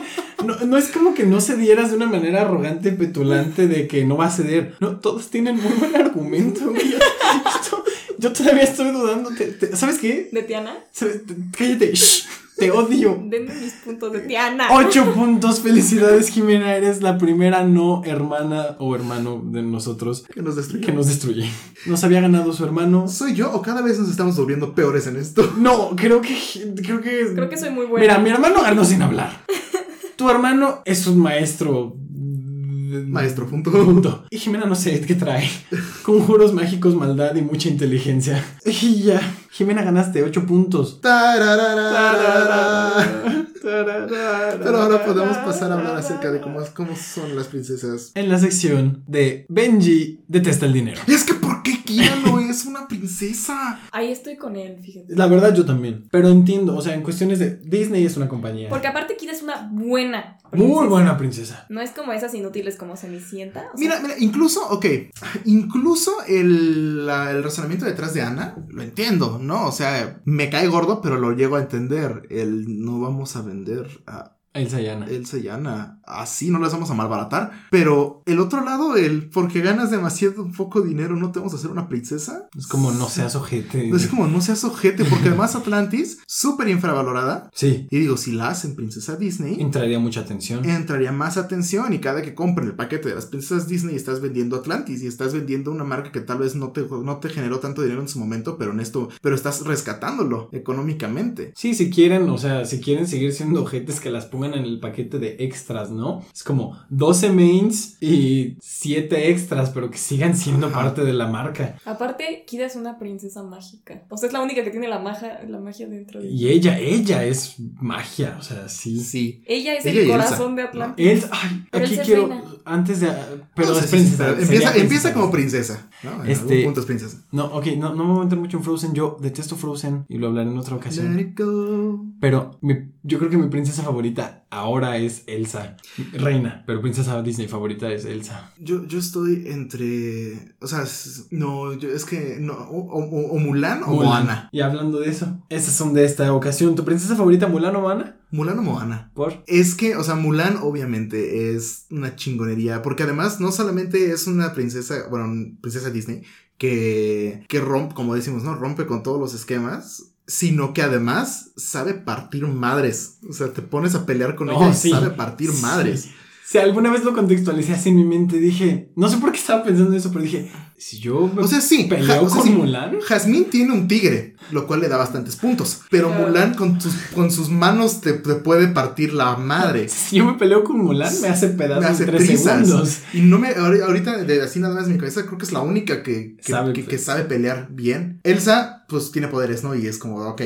A: no, no es como que no cedieras de una manera arrogante, petulante, de que no va a ceder. No, todos tienen muy buen argumento, güey. Yo, esto- yo todavía estoy dudando. Te- te- ¿Sabes qué?
C: De Tiana.
A: ¿Sabes? Te- Cállate. Shh. te odio.
C: Denme mis puntos de Tiana.
A: Ocho puntos. Felicidades, Jimena. Eres la primera no hermana o hermano de nosotros
B: Que nos destruyó.
A: que nos destruye. Nos había ganado su hermano.
B: ¿Soy yo o cada vez nos estamos volviendo peores en esto?
A: No, creo que. Creo que.
C: Creo que soy muy buena.
A: Mira, mi hermano ganó sin hablar. Tu hermano es un maestro.
B: Maestro, punto.
A: Punto. Y Jimena no sé qué trae. Conjuros mágicos, maldad y mucha inteligencia. Y ya. Jimena ganaste 8 puntos.
B: Tararara.
A: Pero
B: Pero ahora podemos pasar a hablar acerca de cómo, cómo son las princesas.
A: En la sección de Benji detesta el dinero.
B: Y es que ¿por qué Kira no es una princesa?
C: Ahí estoy con él, fíjate.
A: La verdad yo también. Pero entiendo, o sea, en cuestiones de Disney es una compañía.
C: Porque aparte Kira es una buena.
A: Muy
C: princesa.
A: buena princesa.
C: No es como esas inútiles como Cenicienta. o sea,
B: Mira, mira, incluso, ok, incluso el, la- el razonamiento detrás de Ana, lo entiendo, ¿no? O sea, me cae gordo, pero lo llego a entender. El no vamos a vender a
A: Elsa y Anna.
B: Elsa y Ana. Así no las vamos a malbaratar. Pero el otro lado, el porque ganas demasiado poco dinero, no te vamos a hacer una princesa.
A: Es como no seas ojete.
B: Es como no seas ojete, porque además Atlantis, súper infravalorada.
A: Sí,
B: Y digo, si la hacen princesa Disney,
A: entraría mucha atención.
B: entraría más atención. Y cada que compren el paquete de las princesas Disney, estás vendiendo Atlantis y estás vendiendo una marca que tal vez no te, no te generó tanto dinero en su momento, pero en esto, pero estás rescatándolo económicamente.
A: Sí, si quieren, o sea, si quieren seguir siendo ojetes, que las pongan en el paquete de extras, ¿no? Es como 12 mains y 7 extras, pero que sigan siendo
B: Ajá.
A: parte de la marca.
C: Aparte, Kira es una princesa mágica. O sea, es la única que tiene la magia, la magia dentro de ella.
A: Y ella, ella es magia, o sea, sí.
B: Sí.
C: Ella es
B: Ella
C: el
B: y Elsa,
C: corazón de
B: ¿no?
C: Atlantis.
A: Él, ay,
C: Pero
A: aquí
C: él sí es
A: quiero,
C: reina.
A: antes de, ah, pero
B: No sé
A: es
B: si-
A: princesa,
B: pero
A: sería
B: empieza, empieza
A: princesa.
B: como princesa. ¿no? En
A: Este-
B: algún punto es princesa.
A: No, ok, no, no me voy a meter mucho en Frozen, yo detesto Frozen y lo hablaré en otra ocasión.
B: Let it go.
A: Pero mi- yo creo que mi princesa favorita ahora es Elsa, reina, pero princesa Disney favorita es Elsa.
B: Yo, yo estoy entre. O sea, s- no, yo, es que. No, o, o- o Mulan o
A: Mulan.
B: Moana.
A: Y hablando de eso, esas son de esta ocasión. ¿Tu princesa favorita Mulan o Moana?
B: Mulan o Moana.
A: Por.
B: Es que, o sea, Mulan obviamente es una chingonería. Porque además, no solamente es una princesa. Bueno, princesa Disney. Que, que rompe, como decimos, ¿no? Rompe con todos los esquemas. Sino que además sabe partir madres. O sea, te pones a pelear con
A: Oh,
B: ella y
A: sí.
B: sabe partir madres.
A: Sí. Si alguna vez lo contextualicé así en mi mente, dije, no sé por qué estaba pensando eso, pero dije, si yo me
B: O sea, sí.
A: peleo
B: ja- o sea,
A: con
B: sí,
A: Mulan.
B: Jazmín tiene un tigre, lo cual le da bastantes puntos. Pero
C: Claro.
B: Mulan con sus, con sus manos te, te puede partir la madre.
A: Si yo me peleo con Mulan, me hace pedazos
B: Me hace
A: en tres
B: trizas.
A: segundos.
B: Y no me. ahori- Ahorita, de así nada más en mi cabeza, creo que es la única que, que, que-
A: Sabe
B: que sabe,
A: pelear.
B: pelear bien. Elsa. pues tiene poderes, ¿no? Y es como, ok,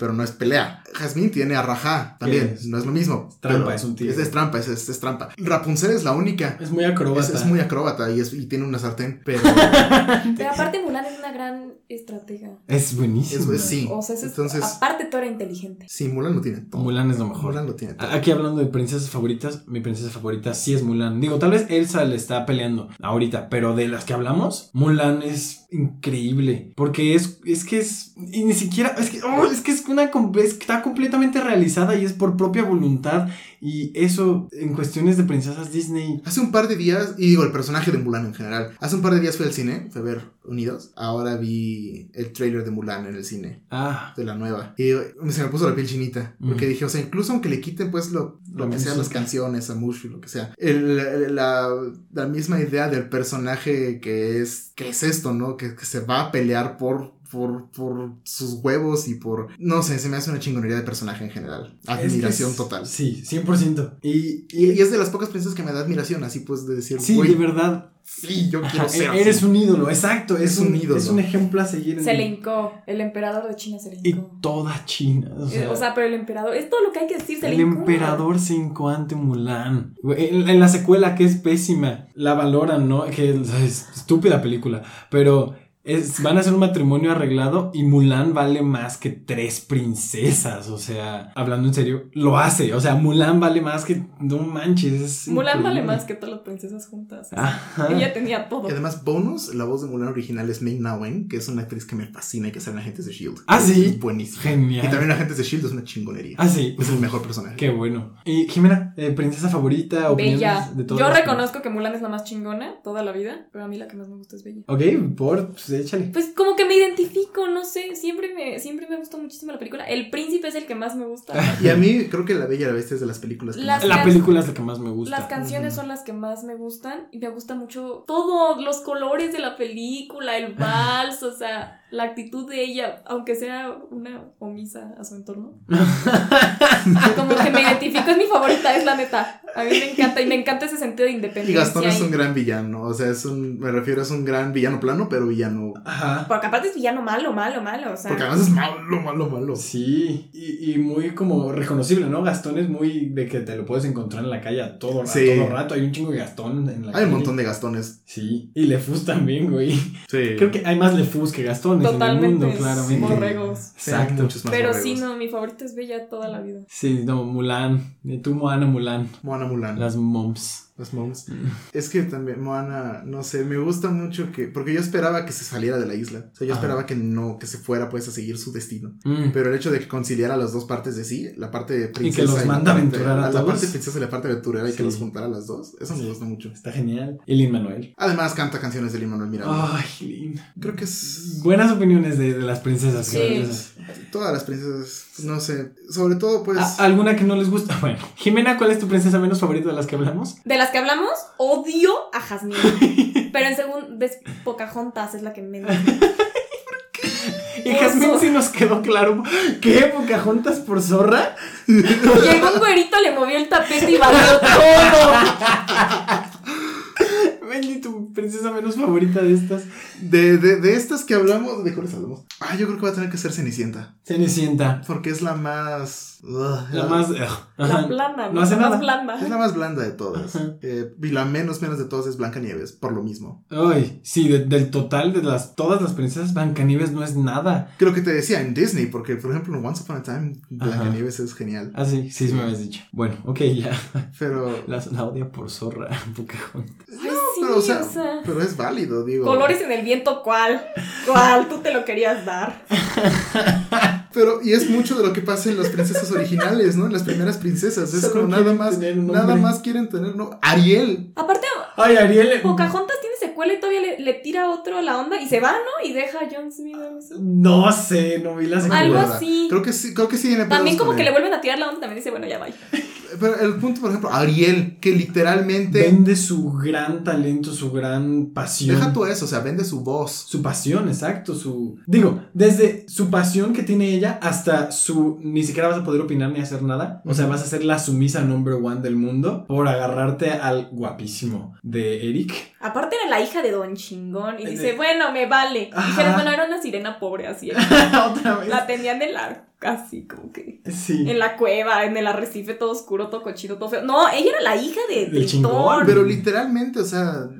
B: pero no es pelea. Jasmine tiene a Raja también,
A: Es-
B: no es lo mismo.
A: es trampa,
B: pero
A: es un tigre.
B: Es, es trampa, es, es- es trampa. Rapunzel es la única.
A: Es muy acrobata.
B: Es, es muy acróbata y, es, y tiene una sartén, pero
C: Pero aparte Mulan es una gran estratega.
A: Es buenísimo.
B: eso es sí.
C: O sea, eso es-
B: Entonces,
C: aparte tú eres inteligente.
B: sí, Mulan lo tiene todo.
A: Mulan Ah, es lo mejor.
B: Mulan lo tiene todo.
A: Aquí hablando de princesas favoritas, mi princesa favorita sí es Mulan. Digo, tal vez Elsa le está peleando ahorita, pero de las que hablamos, Mulan es increíble. Porque es, es que es. Y ni siquiera. Es que, oh, es, que es una. com- es- está completamente realizada y es por propia voluntad. Y eso, en cuestiones de princesas Disney.
B: Hace un par de días, y digo el personaje de Mulan en general, hace un par de días fui al cine, fui a ver Unidos, ahora vi el trailer de Mulan en el cine,
A: Ah.
B: de la nueva, y eh, se me puso la piel chinita, porque
A: Ujú.
B: dije, o sea, incluso aunque le quiten pues lo, lo
A: La
B: que sean las
A: música.
B: canciones, a Mushu, lo que sea, el- el- la, la misma idea del personaje que es, que es esto, ¿no? Que, que se va a pelear por... Por, por sus huevos y por... No sé, se me hace una chingonería de personaje en general. Admiración
A: es que es-
B: total.
A: Sí, 100%. Y.
B: Y, y es de las pocas princesas que me da admiración, así pues de decir,
A: Sí,
B: "Güey,
A: de verdad.
B: Sí, yo quiero ser.
A: E- Eres
B: así.
A: un ídolo, exacto. Es,
B: Es
A: un,
B: un ídolo.
A: Es un ejemplo a seguir. en-
C: Se le hincó. El emperador de China se le
A: Y
C: hincó.
A: toda China. o
C: Eh,
A: sea-
C: O sea, pero el emperador, es todo lo que hay que decir, se le
A: El
C: hincó.
A: emperador se hincó ante Mulan. Güey, En, en la secuela, que es pésima, la valoran, ¿no? Que es estúpida película. Pero es- van a hacer un matrimonio arreglado y Mulan vale más que tres princesas. O sea, hablando en serio, lo hace. O sea, Mulan vale más que. No manches. es
C: Mulan vale
A: increíble.
C: más que todas las princesas juntas.
A: Ajá.
C: Ella tenía todo.
B: Y además, bonus, la voz de Mulan original es Ming Na Wen, que es una actriz que me fascina y que sale en Agentes de Shield.
A: Ah,
B: E Es-
A: ¿sí?
B: Es buenísima.
A: Genial.
B: Y también Agentes de Shield E es una chingonería.
A: Ah, sí.
B: Es el mejor personaje.
A: Qué bueno. Y Jimena, eh, princesa favorita, opiniones
C: Bella.
A: de todas
C: Yo
A: las-
C: reconozco que Mulan es la más chingona toda la vida, pero a mí la que más me gusta es Bella.
A: Ok, por, pues échale.
C: Pues como que me identifico, no sé, siempre me, siempre me gustó muchísimo la película. El príncipe es el que más me gusta.
B: Y a mí creo que La Bella y la Bestia es de las películas que
C: Las-
B: más-
A: La película es la que más me gusta.
C: Las canciones son las que más me gustan y me gusta mucho todos los colores de la película, el vals, o sea, la actitud de ella, aunque sea una omisa a su entorno. Como que me identifico, es mi favorita, es la neta. A mí me encanta y me encanta ese sentido de
B: Y
C: independencia.
B: Gastón es
C: y-
B: un gran villano. O sea, es un. Me refiero, es un gran villano plano, pero villano.
A: Ajá.
C: Porque aparte es villano malo, malo, malo, o sea.
B: Porque además es malo, malo, malo.
A: Sí, y, y muy como reconocible, ¿no? Gastón es muy de que te lo puedes encontrar en la calle a todo, a
B: Sí.
A: todo rato. Hay un chingo de Gastón en la calle.
B: Hay un montón de Gastones.
A: Sí, y Lefus también, güey.
B: Sí.
A: Creo que hay más Lefus que Gastones
C: Totalmente,
A: en el mundo,
C: sí.
A: claramente.
C: Borregos.
A: Exacto.
B: muchos más
C: Pero
B: borregos.
C: sí, no, mi favorita es Bella toda la vida.
A: Sí, no, Mulan. Tú, Moana, Mulan.
B: Moana Mulan.
A: Las Mm. moms.
B: Las moms. Es que también Moana, no sé, me gusta mucho que. Porque yo esperaba que se saliera de la isla. O sea, yo
A: Ajá.
B: esperaba que no, que se fuera pues a seguir su destino.
A: Mm.
B: Pero el hecho de que conciliara las dos partes de sí, la parte de princesa.
A: los
B: la
A: manda a
B: parte-
A: aventurar a
B: la, la
A: todos.
B: parte princesa y la parte aventurera y
A: Sí.
B: que los juntara las dos. Eso me gusta mucho.
A: Está genial. Y Lin Manuel.
B: Además, canta canciones de Lin Manuel Miranda.
A: Ay, Lin.
B: Creo que es.
A: Buenas opiniones de, de las princesas.
C: Sí.
A: gracias.
B: Todas las princesas, no sé. Sobre todo, pues.
A: ¿A- ¿Alguna que no les gusta? Bueno, Jimena, ¿cuál es tu princesa menos favorita de las que hablamos?
C: De las que hablamos, odio a Jasmine. Pero en segundo, des- Pocahontas es la que menos.
A: Y Jasmine
C: Eso.
A: sí nos quedó claro. ¿Qué? ¿Pocahontas por zorra?
C: Llegó un güerito, le movió el tapete y valió todo.
A: Wendy, tu princesa menos favorita de estas.
B: De, de, de estas que hablamos, ¿de cuáles hablamos? Ah, yo creo que va a tener que ser Cenicienta.
A: Cenicienta.
B: Porque es la más.
A: La más. ugh,
C: Ah. La
A: ajá.
C: plana,
A: No hace
C: la
A: nada.
C: más blanda.
B: Es la más blanda de todas.
A: Ajá.
B: Eh, y la menos menos de todas es Blancanieves, por lo mismo.
A: Ay, sí, de- del total de las todas las princesas Blancanieves no es nada.
B: Creo que te decía en Disney, porque por ejemplo en Once Upon a Time, Blancanieves es genial.
A: Ah, sí, sí, sí me habías dicho. Bueno, ok, ya.
B: Pero.
A: La, la odia por zorra, Pocahontas.
C: Ay, sí,
B: pero, o sea, pero es válido, digo.
C: Colores en el viento, ¿cuál? ¿Cuál? Tú te lo querías dar.
B: Pero, y es mucho de lo que pasa en las princesas originales, ¿no? En las primeras princesas. Es
A: Solo
B: como nada
A: quieren
B: más.
A: tener un
B: Nada
A: nombre.
B: más quieren tener, ¿no? Ariel.
C: Aparte,
A: Ay, Ariel.
C: Pocahontas tiene secuela y todavía le, le tira otro la onda y se va, ¿no? Y deja a John Smith.
A: Ah,
C: algo así.
A: No sé, no vi la
C: Algo
A: secuela.
B: Recuerda.
C: así.
B: Creo que sí, creo que sí tiene pedos
C: También como
B: con
C: que le
B: él.
C: vuelven a tirar la onda, también dice, bueno, ya vaya.
B: Pero el punto, por ejemplo, Ariel, que literalmente.
A: Vende su gran talento, su gran pasión.
B: Deja tú eso, o sea, vende su voz.
A: Su pasión, exacto. Su. Digo, desde su pasión que tiene ella hasta su. Ni siquiera vas a poder opinar ni hacer nada. O sea, vas a ser la sumisa number one del mundo por agarrarte al guapísimo de Eric.
C: Aparte era la hija de Don Chingón y
A: Eh,
C: dice,
A: de-
C: bueno, me vale.
A: Ajá.
C: Dijeron, bueno, era una sirena pobre así. ¿eh?
A: Otra vez.
C: La tenían en la así como que
A: Sí.
C: en la cueva, en el arrecife todo oscuro, todo cochino, todo feo. No, ella era la hija de
A: Del
C: Tritón.
A: chingón.
B: Pero literalmente, o sea,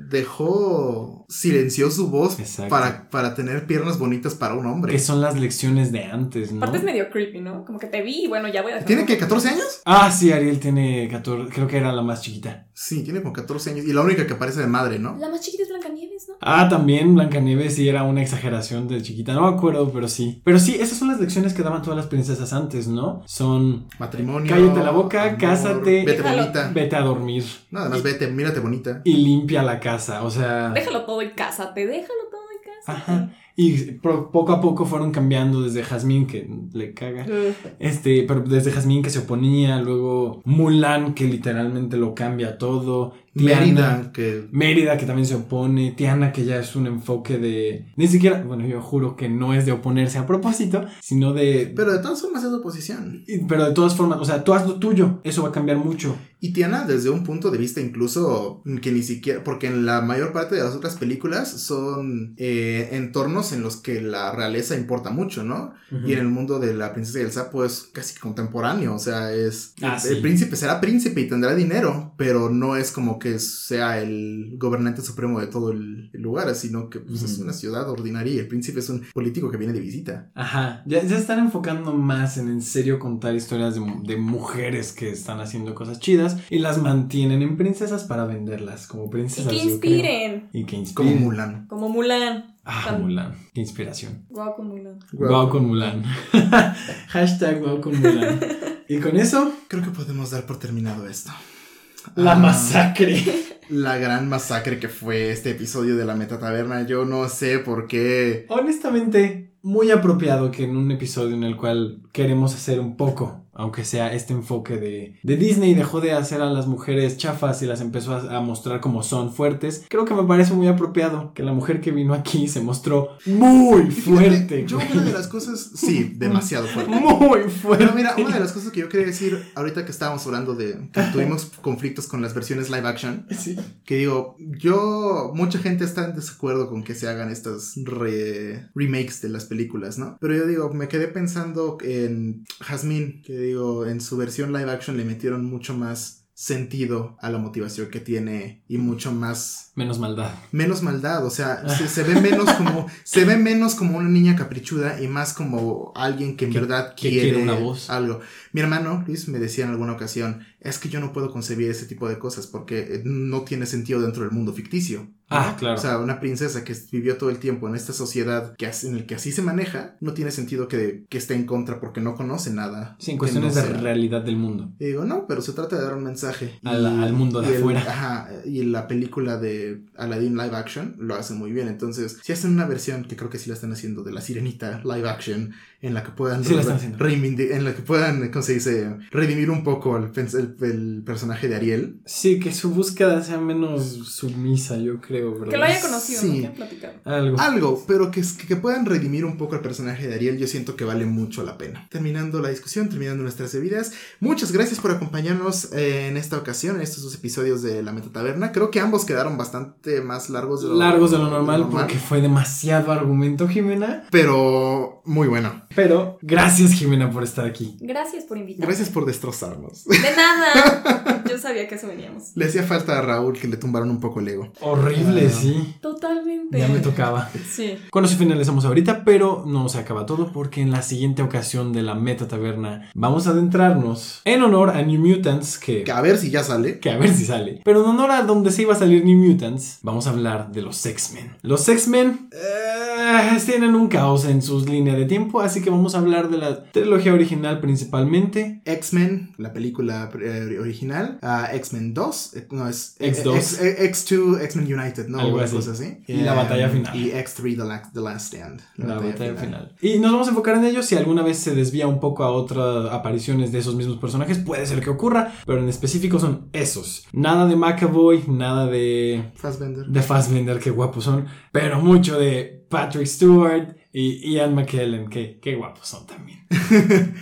B: dejó. silenció su voz
A: Exacto.
B: para, para tener piernas bonitas para un hombre.
A: Que son las lecciones de antes, ¿no?
C: Aparte es medio creepy, ¿no? Como que te vi y bueno, ya voy a dejar.
B: ¿Tiene que 14 años?
A: Ah, sí, Ariel tiene 14. Creo que era la más chiquita.
B: Sí, tiene como 14 años. Y la única que aparece de madre, ¿no?
C: La más chiquita es Blancanieves, ¿no?
A: Ah, también Blancanieves sí era una exageración de chiquita. No me acuerdo, pero sí. Pero sí, esas son las lecciones que daban todas las princesas antes, ¿no? Son.
B: Matrimonio.
A: Cállate la boca, cásate.
B: Vete
C: Déjalo.
B: bonita.
A: Vete a dormir
B: Nada más vete, mírate bonita.
A: y limpia la casa. O sea.
C: Déjalo todo y cásate, déjalo todo y cásate.
A: Ajá. Y pro- poco a poco fueron cambiando desde Jazmín, que le caga. Este, pero desde Jazmín que se oponía, luego Mulan, que literalmente lo cambia todo. Tiana.
B: Mérida, que.
A: Mérida que también se opone, Tiana que ya es un enfoque de... Ni siquiera, bueno, yo juro que no es de oponerse a propósito, sino de...
B: Pero de todas formas es oposición.
A: y- pero de todas formas, o sea, tú haz lo tuyo, eso va a cambiar mucho.
B: Y Tiana, desde un punto de vista incluso que ni siquiera. Porque en la mayor parte de las otras películas son eh, entornos en los que la realeza importa mucho, ¿no? Y en el mundo de la princesa y el sapo es casi contemporáneo, o sea, es...
A: Ah,
B: El
A: sí.
B: príncipe será príncipe y tendrá dinero, pero no es como que sea el gobernante supremo de todo el, el lugar, sino que pues, es
A: Ujú.
B: una ciudad ordinaria y el príncipe es un político que viene de visita.
A: Ajá, ya, ya están enfocando más en en serio contar historias de, mu- de mujeres que están haciendo cosas chidas y las mantienen en princesas para venderlas como
C: Y
A: princesas.
C: que
A: yo creo.
C: inspiren.
A: Y que
B: Como
A: inspiren.
B: Mulan.
C: Como Mulan.
A: Ah, Mulan. Qué inspiración.
C: Guau, como Mulan.
A: Guau con Mulan. Hashtag guau con Mulan. Y con eso,
B: Creo que podemos dar por terminado esto.
A: la
B: Ah,
A: masacre.
B: La gran masacre que fue este episodio de la Meta Taberna. Yo no sé por qué.
A: Honestamente, muy apropiado que en un episodio en el cual queremos hacer un poco, aunque sea este enfoque de, de Disney, dejó de hacer a las mujeres chafas y las empezó a, a mostrar como son fuertes. Creo que me parece muy apropiado que la mujer que vino aquí se mostró muy fuerte.
B: Fíjate, Yo
A: güey.
B: una de las cosas. Sí, demasiado fuerte.
A: Muy
B: Pero
A: fuerte.
B: mira, una de las cosas que yo quería decir ahorita que estábamos hablando de que tuvimos conflictos con las versiones live action,
A: Sí.
B: que digo, yo, mucha gente está en desacuerdo con que se hagan estas re- remakes de las películas, ¿no? Pero yo digo, me quedé pensando en Jasmine, que digo, en su versión live action le metieron mucho más sentido a la motivación que tiene y mucho más
A: Menos maldad.
B: menos maldad, o sea, se, se ve menos como se ve menos como una niña caprichuda y más como alguien que en
A: Que-
B: verdad
A: que
B: quiere,
A: quiere una voz.
B: algo. Mi hermano Luis me decía en alguna ocasión, es que yo no puedo concebir ese tipo de cosas porque eh, no tiene sentido dentro del mundo ficticio.
A: Ah, claro.
B: O sea, una princesa que vivió todo el tiempo en esta sociedad que as- en el que así se maneja, no tiene sentido que, que esté en contra porque no conoce nada.
A: Sin
B: que
A: cuestiones
B: no
A: de
B: sea.
A: realidad del mundo.
B: Y digo, no, pero se trata de dar un mensaje. Y-
A: Al- al mundo de
B: y el-
A: afuera.
B: ajá, y la película de Aladdin live action lo hace muy bien. Entonces, si hacen una versión, que creo que sí la están haciendo, de La Sirenita live action, en la que puedan,
A: Sí la están haciendo.
B: reivindi- en la que puedan, ¿cómo se dice? Redimir un poco el, pens- el- el personaje de Ariel.
A: Sí, que su búsqueda sea menos sumisa, yo creo, ¿verdad?
C: Que lo haya Ah, conocido,
B: Sí.
C: ¿no? Que han platicado.
A: Algo.
B: Algo, pero que, es- que puedan redimir un poco el personaje de Ariel, yo siento que vale mucho la pena. Terminando la discusión, terminando nuestras bebidas, muchas gracias por acompañarnos eh, en esta ocasión, en estos dos episodios de La Meta Taberna. Creo que ambos quedaron bastante más largos de lo,
A: largos de lo normal porque fue demasiado argumento, Jimena.
B: Pero muy bueno.
A: Pero gracias, Jimena, por estar aquí.
C: Gracias por invitarme.
B: Gracias por destrozarnos.
C: De nada. Yo sabía que eso veníamos.
B: Le hacía falta a Raúl que le tumbaron un poco el ego.
A: Horrible,
B: Ah.
A: sí.
C: Totalmente.
A: Ya me tocaba.
C: Sí.
A: Con eso finalizamos ahorita, pero no se acaba todo porque en la siguiente ocasión de la Meta Taberna vamos a adentrarnos en honor a New Mutants, que,
B: Que A ver si ya sale.
A: que a ver si sale. Pero en honor a donde se iba a salir New Mutants, vamos a hablar de los X-Men. Los X-Men... eh, eh, tienen un caos en sus líneas de tiempo, así que vamos a hablar de la trilogía original principalmente.
B: X-Men, la película eh, original, ah, X-Men 2, eh, no es eh,
A: X2.
B: X- eh, X2, X-Men United, ¿no?
A: Algo
B: Una
A: así.
B: cosa así. Em,
A: Y la batalla final.
B: Y X3, The La- The Last Stand.
A: La batalla final. Y nos vamos a enfocar en ellos. Si alguna vez se desvía un poco a otras apariciones de esos mismos personajes, puede ser que ocurra, pero en específico son esos. Nada de McAvoy, nada de,
B: Fassbender.
A: de Fassbender, qué guapos son, pero mucho de Patrick Stewart y Ian McKellen, que qué guapos son también.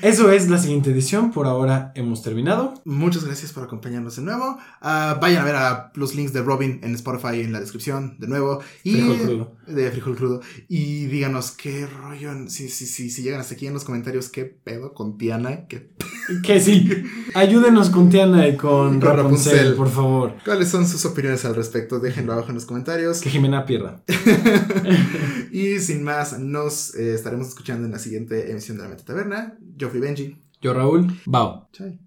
A: Eso es la siguiente edición. Por ahora hemos terminado.
B: Muchas gracias por acompañarnos de nuevo. Ah, vayan a ver a los links de Robin en Spotify en la descripción, de nuevo. Y
A: Frijol crudo.
B: De frijol crudo. Y díganos qué rollo. Si, si, si, si llegan hasta aquí en los comentarios, qué pedo con Tiana. ¿Qué-
A: Que sí. Ayúdenos con Tiana y con
B: Con Rapunzel.
A: Rapunzel, por favor.
B: ¿Cuáles son sus opiniones al respecto? Déjenlo abajo en los comentarios.
A: Que Jimena pierda.
B: y sin más, nos eh, estaremos escuchando en la siguiente emisión de la Meta Taberna. Yo fui Benji.
A: Yo, Raúl. Bao.
B: Chai.